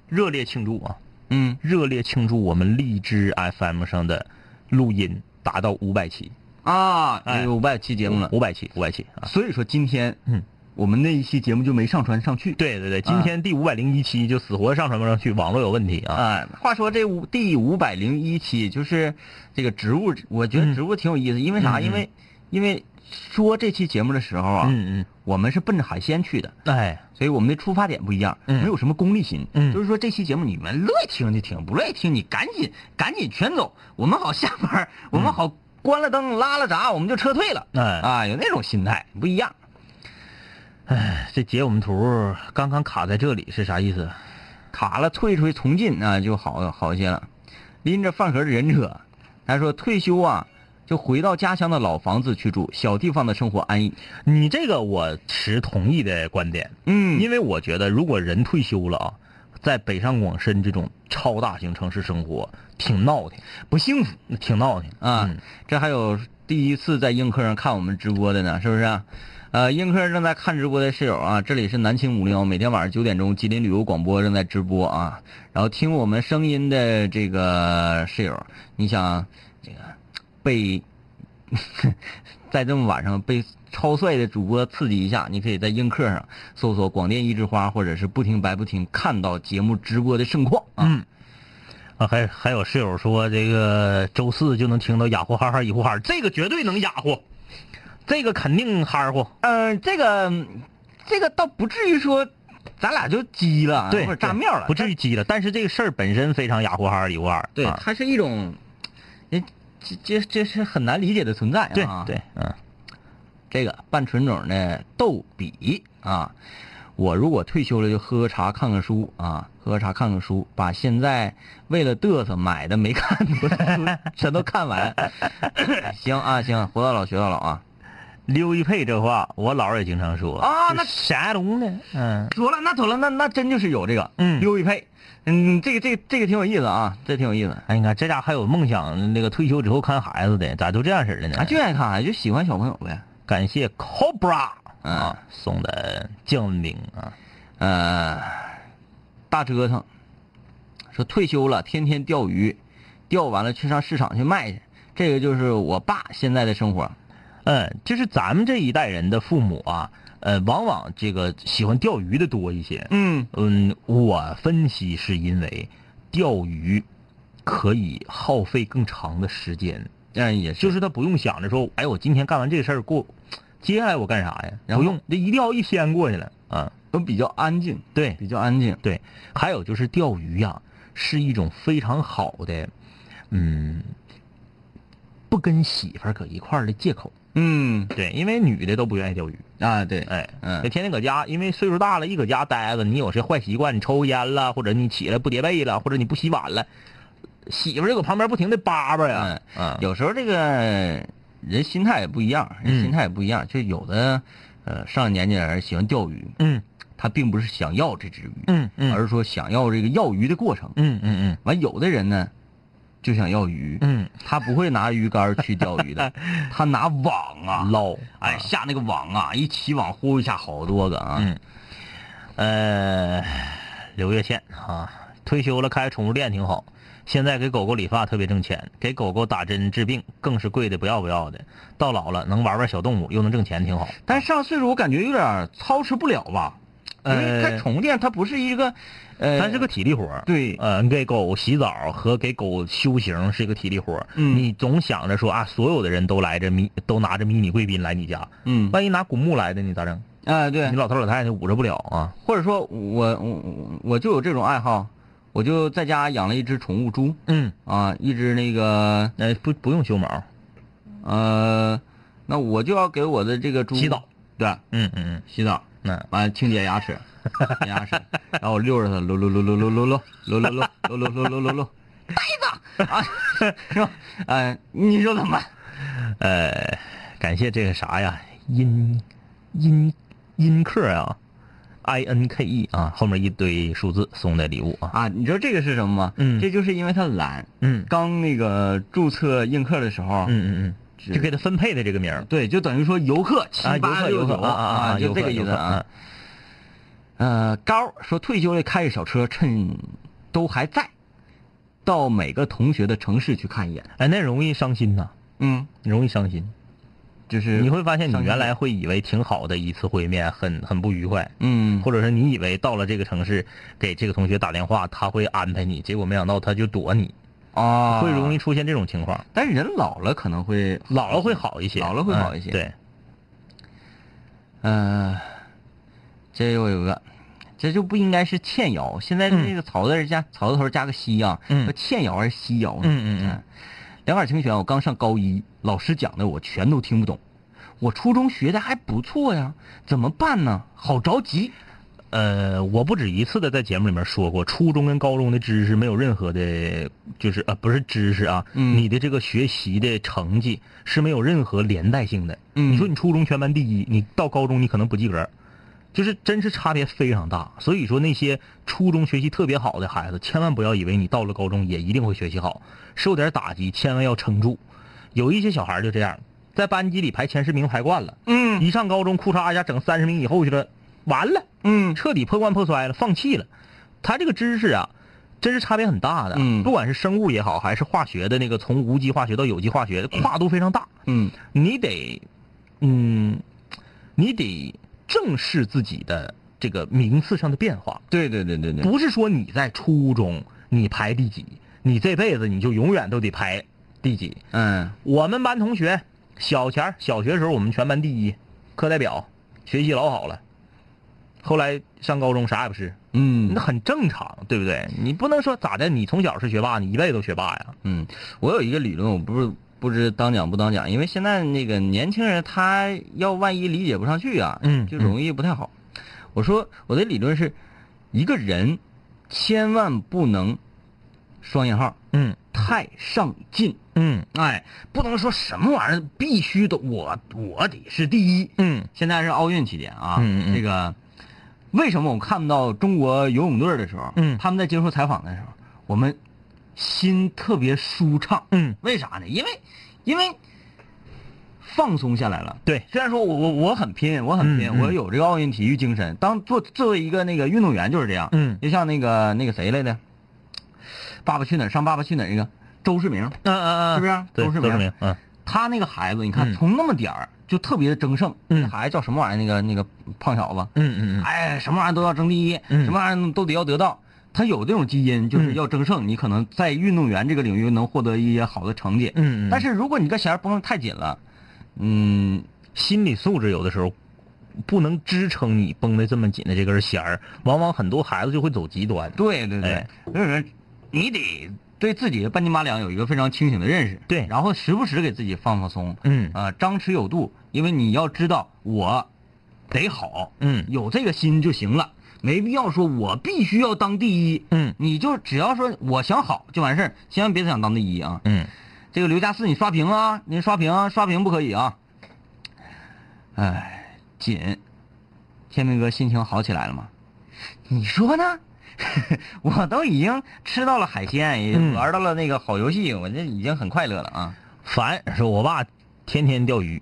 [SPEAKER 1] 热烈庆祝啊！
[SPEAKER 3] 嗯，
[SPEAKER 1] 热烈庆祝我们荔枝 FM 上的录音达到五百期，
[SPEAKER 3] 啊，
[SPEAKER 1] 哎
[SPEAKER 3] 有五百期节目了，
[SPEAKER 1] 五百期，五百期啊！
[SPEAKER 3] 所以说今天，
[SPEAKER 1] 嗯，
[SPEAKER 3] 我们那一期节目就没上传上去。
[SPEAKER 1] 对对对，今天第五百零一期就死活上传不上去，网络有问题啊！
[SPEAKER 3] 啊，话说这五第五百零一期就是这个植物，我觉得植物挺有意思，因为啥？
[SPEAKER 1] 嗯嗯嗯
[SPEAKER 3] 因为因为说这期节目的时候啊，
[SPEAKER 1] 嗯
[SPEAKER 3] 我们是奔着海鲜去的，
[SPEAKER 1] 嗯，哎，
[SPEAKER 3] 所以我们的出发点不一样，
[SPEAKER 1] 嗯
[SPEAKER 3] 没有什么功利心，
[SPEAKER 1] 嗯
[SPEAKER 3] 就是说这期节目你们乐意听就听，不乐意听你赶紧赶紧全走，我们好下班，我们好关了灯拉了闸，我们就撤退了，
[SPEAKER 1] 嗯哎
[SPEAKER 3] 啊，有那种心态不一样。
[SPEAKER 1] 哎这截我们图刚刚卡在这里是啥意思？
[SPEAKER 3] 卡了退出去重进啊，就好好些了。拎着饭盒的忍者，他说退休啊，就回到家乡的老房子去住，小地方的生活安逸。
[SPEAKER 1] 你这个我持同意的观点，
[SPEAKER 3] 嗯
[SPEAKER 1] 因为我觉得如果人退休了啊，在北上广深这种超大型城市生活挺闹挺，不幸福，挺闹挺
[SPEAKER 3] 啊，这还有第一次在映客上看我们直播的呢，是不是、啊？呃，映客正在看直播的室友啊，这里是南青五零幺，每天晚上九点钟吉林旅游广播正在直播啊。然后听我们声音的这个室友，你想这个被 在这么晚上被超帅的主播刺激一下，你可以在映客上搜索“广电一枝花”或者是“不听白不听”，看到节目直播的盛况啊。
[SPEAKER 1] 嗯啊，还还有室友说这个周四就能听到雅呼哈哈一呼哈，这个绝对能雅呼，这个肯定哈呼。
[SPEAKER 3] 嗯，这个这个倒不至于说咱俩就鸡了，
[SPEAKER 1] 对，
[SPEAKER 3] 或者啊炸面了，
[SPEAKER 1] 不至于激了。但是这个事儿本身非常雅呼哈哈里呼哈。
[SPEAKER 3] 但。对，
[SPEAKER 1] 啊
[SPEAKER 3] 它是一种，这这这这是很难理解的存在
[SPEAKER 1] 对
[SPEAKER 3] 啊。
[SPEAKER 1] 对，嗯
[SPEAKER 3] 这个半纯种的豆比啊，我如果退休了就喝喝茶看看书啊，喝喝茶看看书，把现在为了嘚瑟买的没看的书全都看完。 行啊行，活到老学到老啊。
[SPEAKER 1] 刘一佩这话我姥儿也经常说
[SPEAKER 3] 啊那
[SPEAKER 1] 啥东的，嗯
[SPEAKER 3] 妥了，那妥了，那那真就是有这个，
[SPEAKER 1] 嗯
[SPEAKER 3] 刘亦菲，嗯，这个这个这个挺有意思啊，这挺有意思。
[SPEAKER 1] 哎，你看这家伙还有梦想，那个退休之后看孩子的，咋都这样式儿的呢？
[SPEAKER 3] 啊，就爱看，就喜欢小朋友呗。
[SPEAKER 1] 感谢 Cobra
[SPEAKER 3] 嗯
[SPEAKER 1] 啊送的降温冰啊，
[SPEAKER 3] 呃，大折腾，说退休了，天天钓鱼，钓完了去上市场去卖去。这个就是我爸现在的生活。
[SPEAKER 1] 嗯，就是咱们这一代人的父母啊，呃，往往这个喜欢钓鱼的多一些。
[SPEAKER 3] 嗯，
[SPEAKER 1] 嗯，我分析是因为钓鱼可以耗费更长的时间，
[SPEAKER 3] 嗯，也，
[SPEAKER 1] 就是是他不用想着说，哎，我今天干完这事儿过，接下来我干啥呀？
[SPEAKER 3] 然后
[SPEAKER 1] 不用，这一钓一天过去了啊。
[SPEAKER 3] 都比较安静，
[SPEAKER 1] 对，
[SPEAKER 3] 比较安静。
[SPEAKER 1] 对，还有就是钓鱼呀、是一种非常好的，嗯，不跟媳妇儿搁一块儿的借口。
[SPEAKER 3] 嗯，
[SPEAKER 1] 对，因为女的都不愿意钓鱼，
[SPEAKER 3] 啊，对，
[SPEAKER 1] 哎，
[SPEAKER 3] 嗯
[SPEAKER 1] 那天天搁家，因为岁数大了，一搁家待着，你有些坏习惯，你抽烟了，或者你起来不叠被了，或者你不洗碗了，媳妇儿就搁旁边不停的叭叭呀，嗯，
[SPEAKER 3] 有时候这个人心态也不一样，人
[SPEAKER 1] 嗯
[SPEAKER 3] 心态也不一样。就有的，呃，上了年纪的人喜欢钓鱼，
[SPEAKER 1] 嗯
[SPEAKER 3] 他并不是想要这只鱼，
[SPEAKER 1] 嗯嗯，
[SPEAKER 3] 而是说想要这个要鱼的过程。
[SPEAKER 1] 嗯嗯嗯
[SPEAKER 3] 完，有的人呢，就想要鱼，
[SPEAKER 1] 嗯，
[SPEAKER 3] 他不会拿鱼竿去钓鱼 的，他拿网啊
[SPEAKER 1] 捞，
[SPEAKER 3] 哎，下那个网啊，一起网呼一下好多个啊。
[SPEAKER 1] 嗯呃，刘月倩啊，退休了开宠物店挺好，现在给狗狗理发特别挣钱，给狗狗打针治病更是贵的不要不要的。到老了能玩玩小动物，又能挣钱，挺好。
[SPEAKER 3] 但上岁数我感觉有点操持不了吧，因为
[SPEAKER 1] 呃
[SPEAKER 3] 开宠物店它不是一个，呃，
[SPEAKER 1] 咱是个体力活儿
[SPEAKER 3] 对
[SPEAKER 1] 呃，给狗洗澡和给狗修行是一个体力活儿
[SPEAKER 3] 嗯
[SPEAKER 1] 你总想着说啊，所有的人都来这迷，都拿着迷你贵宾来你家，
[SPEAKER 3] 嗯，
[SPEAKER 1] 万一拿古墓来的你咋整？
[SPEAKER 3] 啊对
[SPEAKER 1] 你，老头老太太捂着不了啊。
[SPEAKER 3] 或者说我我我就有这种爱好，我就在家养了一只宠物猪
[SPEAKER 1] 嗯，
[SPEAKER 3] 啊，一只那个
[SPEAKER 1] 呃，不不用修毛，
[SPEAKER 3] 呃，那我就要给我的这个猪
[SPEAKER 1] 洗澡，
[SPEAKER 3] 对，
[SPEAKER 1] 嗯嗯嗯，
[SPEAKER 3] 洗澡，
[SPEAKER 1] 那、
[SPEAKER 3] 完了清洁牙齿，清牙齿，然后我溜着它，撸撸撸撸撸撸撸撸撸撸撸撸撸撸撸撸，呆子啊，是吧？哎，你说怎么办？
[SPEAKER 1] 呃，感谢这个啥呀，音音音客啊，I N K E 啊，后面一堆数字送的礼物啊。
[SPEAKER 3] 啊，你知道这个是什么吗？
[SPEAKER 1] 嗯
[SPEAKER 3] 这就是因为它懒。
[SPEAKER 1] 嗯
[SPEAKER 3] 刚那个注册映客的时候，
[SPEAKER 1] 嗯嗯嗯，
[SPEAKER 3] 是
[SPEAKER 1] 就给他分配的这个名儿
[SPEAKER 3] 对，就等于说游客七
[SPEAKER 1] 啊，游
[SPEAKER 3] 八
[SPEAKER 1] 客
[SPEAKER 3] 六
[SPEAKER 1] 游
[SPEAKER 3] 九
[SPEAKER 1] 客啊啊，
[SPEAKER 3] 就这个意思啊。。呃，高说退休了开着小车，趁都还在，到每个同学的城市去看一眼。
[SPEAKER 1] 哎，那容易伤心呐，
[SPEAKER 3] 嗯，
[SPEAKER 1] 容易伤心。
[SPEAKER 3] 就是
[SPEAKER 1] 你会发现，你
[SPEAKER 3] 嗯伤心
[SPEAKER 1] 原来会以为挺好的一次会面，很很不愉快，
[SPEAKER 3] 嗯，
[SPEAKER 1] 或者是你以为到了这个城市给这个同学打电话，他会安排你，结果没想到他就躲你，
[SPEAKER 3] 啊，
[SPEAKER 1] 会容易，出现这种情况。
[SPEAKER 3] 但是人老了可能会
[SPEAKER 1] 老了会好一些，
[SPEAKER 3] 老了会好一些
[SPEAKER 1] 嗯对，
[SPEAKER 3] 呃，这又有一个，这就不应该是欠尧，现在这个草字儿加、草字头加个西啊，
[SPEAKER 1] 嗯
[SPEAKER 3] 叫欠尧还是西尧呢？
[SPEAKER 1] 嗯嗯嗯
[SPEAKER 3] 两耳清泉，我刚上高一，老师讲的我全都听不懂，我初中学的还不错呀，怎么办呢？好着急。
[SPEAKER 1] 呃，我不止一次的在节目里面说过，初中跟高中的知识没有任何的，就是呃，不是知识啊，
[SPEAKER 3] 嗯
[SPEAKER 1] 你的这个学习的成绩是没有任何连带性的。
[SPEAKER 3] 嗯
[SPEAKER 1] 你说你初中全班第一，你到高中你可能不及格，就是真是差别非常大。所以说那些初中学习特别好的孩子，千万不要以为你到了高中也一定会学习好，受点打击千万要撑住。有一些小孩就这样，在班级里排前十名排惯了，
[SPEAKER 3] 嗯
[SPEAKER 1] 一上高中裤嚓一下整三十名以后去了，完了。
[SPEAKER 3] 嗯
[SPEAKER 1] 彻底破罐破摔了，放弃了。他这个知识啊，真是差别很大的。
[SPEAKER 3] 嗯
[SPEAKER 1] 不管是生物也好，还是化学的那个从无机化学到有机化学，跨度非常大。
[SPEAKER 3] 嗯
[SPEAKER 1] 你得，嗯，你得正视自己的这个名次上的变化，
[SPEAKER 3] 对对对对对，
[SPEAKER 1] 不是说你在初中你排第几，你这辈子你就永远都得排第几。
[SPEAKER 3] 嗯
[SPEAKER 1] 我们班同学小前儿小学时候我们全班第一，课代表，学习老好了。后来上高中啥也不是，
[SPEAKER 3] 嗯
[SPEAKER 1] 那很正常，对不对？你不能说咋的，你从小是学霸，你一辈子都学霸呀？
[SPEAKER 3] 嗯，我有一个理论，我不是不知当讲不当讲，因为现在那个年轻人他要万一理解不上去啊，
[SPEAKER 1] 嗯
[SPEAKER 3] 就容易不太好。我说我的理论是，一个人千万不能双引号
[SPEAKER 1] 嗯
[SPEAKER 3] 太上进，
[SPEAKER 1] 嗯
[SPEAKER 3] 哎，不能说什么玩意儿必须都我我得是第一。
[SPEAKER 1] 嗯
[SPEAKER 3] 现在是奥运期间啊，
[SPEAKER 1] 嗯嗯嗯
[SPEAKER 3] 这个为什么我看到中国游泳队的时候，
[SPEAKER 1] 嗯
[SPEAKER 3] 他们在接受采访的时候，我们心特别舒畅，
[SPEAKER 1] 嗯，
[SPEAKER 3] 为啥呢？因为因为放松下来了。
[SPEAKER 1] 对，
[SPEAKER 3] 虽然说我我我很拼，我很拼，
[SPEAKER 1] 嗯嗯
[SPEAKER 3] 我有这个奥运体育精神。当做作为一个那个运动员就是这样，
[SPEAKER 1] 嗯
[SPEAKER 3] 就像那个那个谁来的，《爸爸去哪儿》上《爸爸去哪儿》那个周世明，
[SPEAKER 1] 嗯嗯嗯，
[SPEAKER 3] 是不是
[SPEAKER 1] 对，
[SPEAKER 3] 都
[SPEAKER 1] 都
[SPEAKER 3] 是
[SPEAKER 1] 是
[SPEAKER 3] 名
[SPEAKER 1] 名，嗯
[SPEAKER 3] 他那个孩子，你看
[SPEAKER 1] 嗯
[SPEAKER 3] 从那么点儿就特别的争胜。
[SPEAKER 1] 嗯
[SPEAKER 3] 那孩子叫什么玩意儿？那个那个胖小子，
[SPEAKER 1] 嗯嗯嗯，
[SPEAKER 3] 哎，什么玩意儿都要争第一，
[SPEAKER 1] 嗯
[SPEAKER 3] 什么玩意儿都得要得到。他有这种基因，就是
[SPEAKER 1] 嗯
[SPEAKER 3] 要争胜，你可能在运动员这个领域能获得一些好的成绩。
[SPEAKER 1] 嗯嗯
[SPEAKER 3] 但是如果你这弦儿绷得太紧了，嗯，
[SPEAKER 1] 心理素质有的时候不能支撑你绷得这么紧的这根弦儿，往往很多孩子就会走极端。
[SPEAKER 3] 对对对
[SPEAKER 1] 哎，
[SPEAKER 3] 所以说你得对自己的半斤八两有一个非常清醒的认识。
[SPEAKER 1] 对
[SPEAKER 3] 然后时不时给自己放放松，
[SPEAKER 1] 嗯
[SPEAKER 3] 呃，张弛有度，因为你要知道我得好，
[SPEAKER 1] 嗯
[SPEAKER 3] 有这个心就行了，没必要说我必须要当第一。
[SPEAKER 1] 嗯
[SPEAKER 3] 你就只要说我想好就完事儿，千万别想当第一啊！
[SPEAKER 1] 嗯
[SPEAKER 3] 这个刘佳四，你刷屏啊，你刷屏啊，刷屏不可以啊！哎，紧，天明哥心情好起来了吗？你说呢？ 我都已经吃到了海鲜，也
[SPEAKER 1] 嗯
[SPEAKER 3] 玩到了那个好游戏，我这已经很快乐了啊！
[SPEAKER 1] 烦，说我爸天天钓鱼，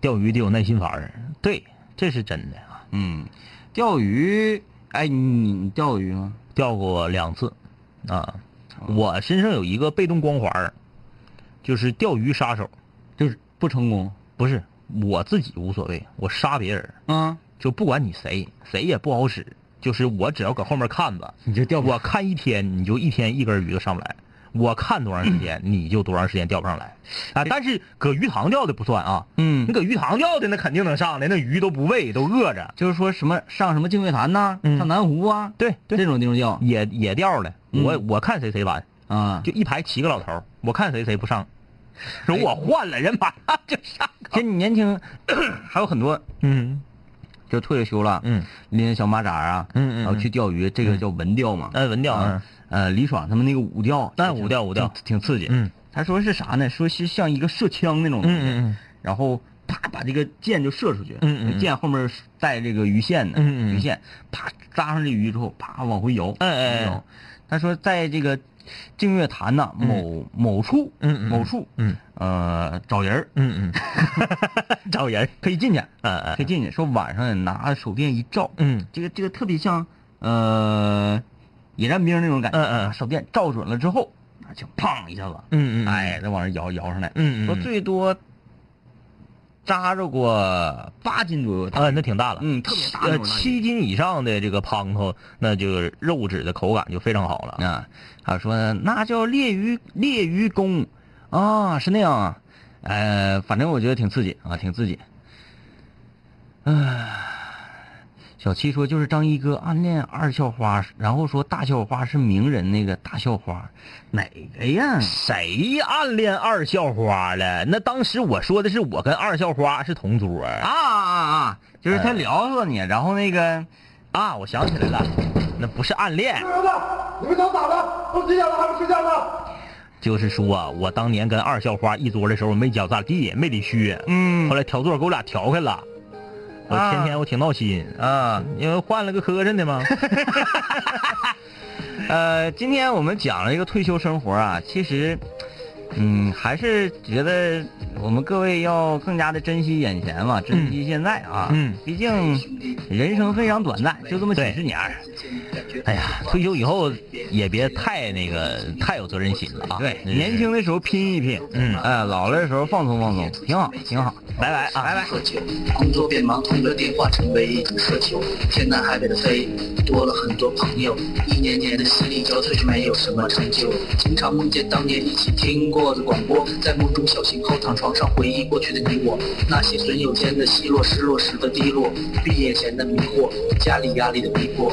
[SPEAKER 1] 钓鱼得有耐心烦儿。对，这是真的啊，
[SPEAKER 3] 嗯，钓鱼，哎，你你你钓鱼吗？
[SPEAKER 1] 钓过两次，啊，我身上有一个被动光环儿，就是钓鱼杀手，
[SPEAKER 3] 就是不成功
[SPEAKER 1] 不是我自己无所谓，我杀别人，
[SPEAKER 3] 啊？
[SPEAKER 1] 就不管你谁，谁也不好使，就是我只要搁后面看吧，
[SPEAKER 3] 你这钓
[SPEAKER 1] 我看一天，你就一天一根鱼就上不来；我看多长时间，你就多长时间钓不上来。啊，但是搁鱼塘钓的不算啊，
[SPEAKER 3] 嗯
[SPEAKER 1] 你，搁鱼塘钓的那肯定能上来，那鱼都不喂，都饿着。
[SPEAKER 3] 就是说什么上什么净月潭呐、
[SPEAKER 1] 嗯
[SPEAKER 3] 上南湖啊，
[SPEAKER 1] 对对，
[SPEAKER 3] 这种地方钓
[SPEAKER 1] 野野钓的，我
[SPEAKER 3] 嗯
[SPEAKER 1] 我看谁谁完，
[SPEAKER 3] 啊。
[SPEAKER 1] 就一排七个老头儿，我看谁谁不上。说
[SPEAKER 3] 哎
[SPEAKER 1] 我换了人，马上就上。
[SPEAKER 3] 其实你年轻还有很多
[SPEAKER 1] 嗯
[SPEAKER 3] 就退了休了，
[SPEAKER 1] 嗯
[SPEAKER 3] 拎小马扎啊，
[SPEAKER 1] 嗯嗯
[SPEAKER 3] 然后去钓鱼，这个叫文钓嘛。
[SPEAKER 1] 哎文钓
[SPEAKER 3] 啊，呃，李爽他们那个武钓，
[SPEAKER 1] 哎
[SPEAKER 3] 挺
[SPEAKER 1] 武钓武钓
[SPEAKER 3] 挺挺刺激。
[SPEAKER 1] 嗯
[SPEAKER 3] 他说是啥呢？说是像一个射枪那种东西，
[SPEAKER 1] 嗯嗯
[SPEAKER 3] 然后啪把这个箭就射出去，
[SPEAKER 1] 嗯嗯嗯
[SPEAKER 3] 箭后面带这个鱼线的，
[SPEAKER 1] 嗯嗯嗯
[SPEAKER 3] 鱼线啪扎上这鱼之后，啪往回摇，
[SPEAKER 1] 哎哎哎
[SPEAKER 3] 摇。他说在这个净月潭呐某、某处，
[SPEAKER 1] 嗯嗯嗯
[SPEAKER 3] 某处，
[SPEAKER 1] 嗯
[SPEAKER 3] 呃，找人儿
[SPEAKER 1] 嗯嗯， 找人，
[SPEAKER 3] 可以进去，
[SPEAKER 1] 嗯
[SPEAKER 3] 可以
[SPEAKER 1] 嗯
[SPEAKER 3] 进去。说晚上拿手电一照，
[SPEAKER 1] 嗯
[SPEAKER 3] 这个这个特别像呃野战兵那种感觉，
[SPEAKER 1] 嗯嗯
[SPEAKER 3] 拿手电照准了之后，啊就砰一下子，
[SPEAKER 1] 嗯嗯，
[SPEAKER 3] 哎，再往上摇摇上来，
[SPEAKER 1] 嗯嗯，
[SPEAKER 3] 说最多扎着过八斤左右的，
[SPEAKER 1] 啊，那挺大了，
[SPEAKER 3] 嗯特别大那
[SPEAKER 1] 呃，
[SPEAKER 3] 种大鱼
[SPEAKER 1] 七斤以上的这个胖头，那就是肉质的口感就非常好了。
[SPEAKER 3] 啊，他说那叫猎鱼猎鱼弓，啊，是那样啊，呃，反正我觉得挺刺激啊，挺刺激。小七说就是张一哥暗恋二校花，然后说大校花是名人那个大校花，哪个哎
[SPEAKER 1] 嗯
[SPEAKER 3] 呀？
[SPEAKER 1] 谁暗恋二校花了？那当时我说的是我跟二校花是同桌
[SPEAKER 3] 啊啊啊！就是
[SPEAKER 1] 哎
[SPEAKER 3] 他聊骚你，然后那个
[SPEAKER 1] 啊，我想起来了，那不是暗恋，
[SPEAKER 4] 儿子，你们想咋的？都几点了还不睡觉呢？
[SPEAKER 1] 就是说、啊、我当年跟二校花一桌的时候，我没脚咋地，没理虚，
[SPEAKER 3] 嗯
[SPEAKER 1] 后来调座给我俩调开了。我
[SPEAKER 3] 啊
[SPEAKER 1] 天天我挺闹心，
[SPEAKER 3] 啊，
[SPEAKER 1] 因为换了个磕碜的 嘛。
[SPEAKER 3] 呃，今天我们讲了一个退休生活啊，其实，嗯，还是觉得我们各位要更加的珍惜眼前嘛，珍惜现在啊，
[SPEAKER 1] 嗯
[SPEAKER 3] 毕竟人生非常短暂，就这么几
[SPEAKER 1] 对
[SPEAKER 3] 十年儿，
[SPEAKER 1] 哎呀， 退休以后也别太那个太有责任心了啊。
[SPEAKER 3] 对，
[SPEAKER 1] 那
[SPEAKER 3] 年
[SPEAKER 1] 是
[SPEAKER 3] 轻的时候拼一拼，
[SPEAKER 1] 嗯
[SPEAKER 3] 哎，老了的时候放松放松，挺好，挺好，拜拜啊，拜拜。
[SPEAKER 5] 喝酒，工作变忙，通了电话成为一种奢求，天南海北的飞，多了很多朋友，一年年的心力交瘁却没有什么成就，经常梦见当年一起听过的广播，在梦中小醒后躺床上回忆过去的你我，那些损友间的奚落，失落时的低落，毕业前的迷惑，家里压力的
[SPEAKER 3] 啊
[SPEAKER 5] 逼迫。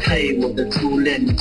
[SPEAKER 5] 嘿，我的初恋，你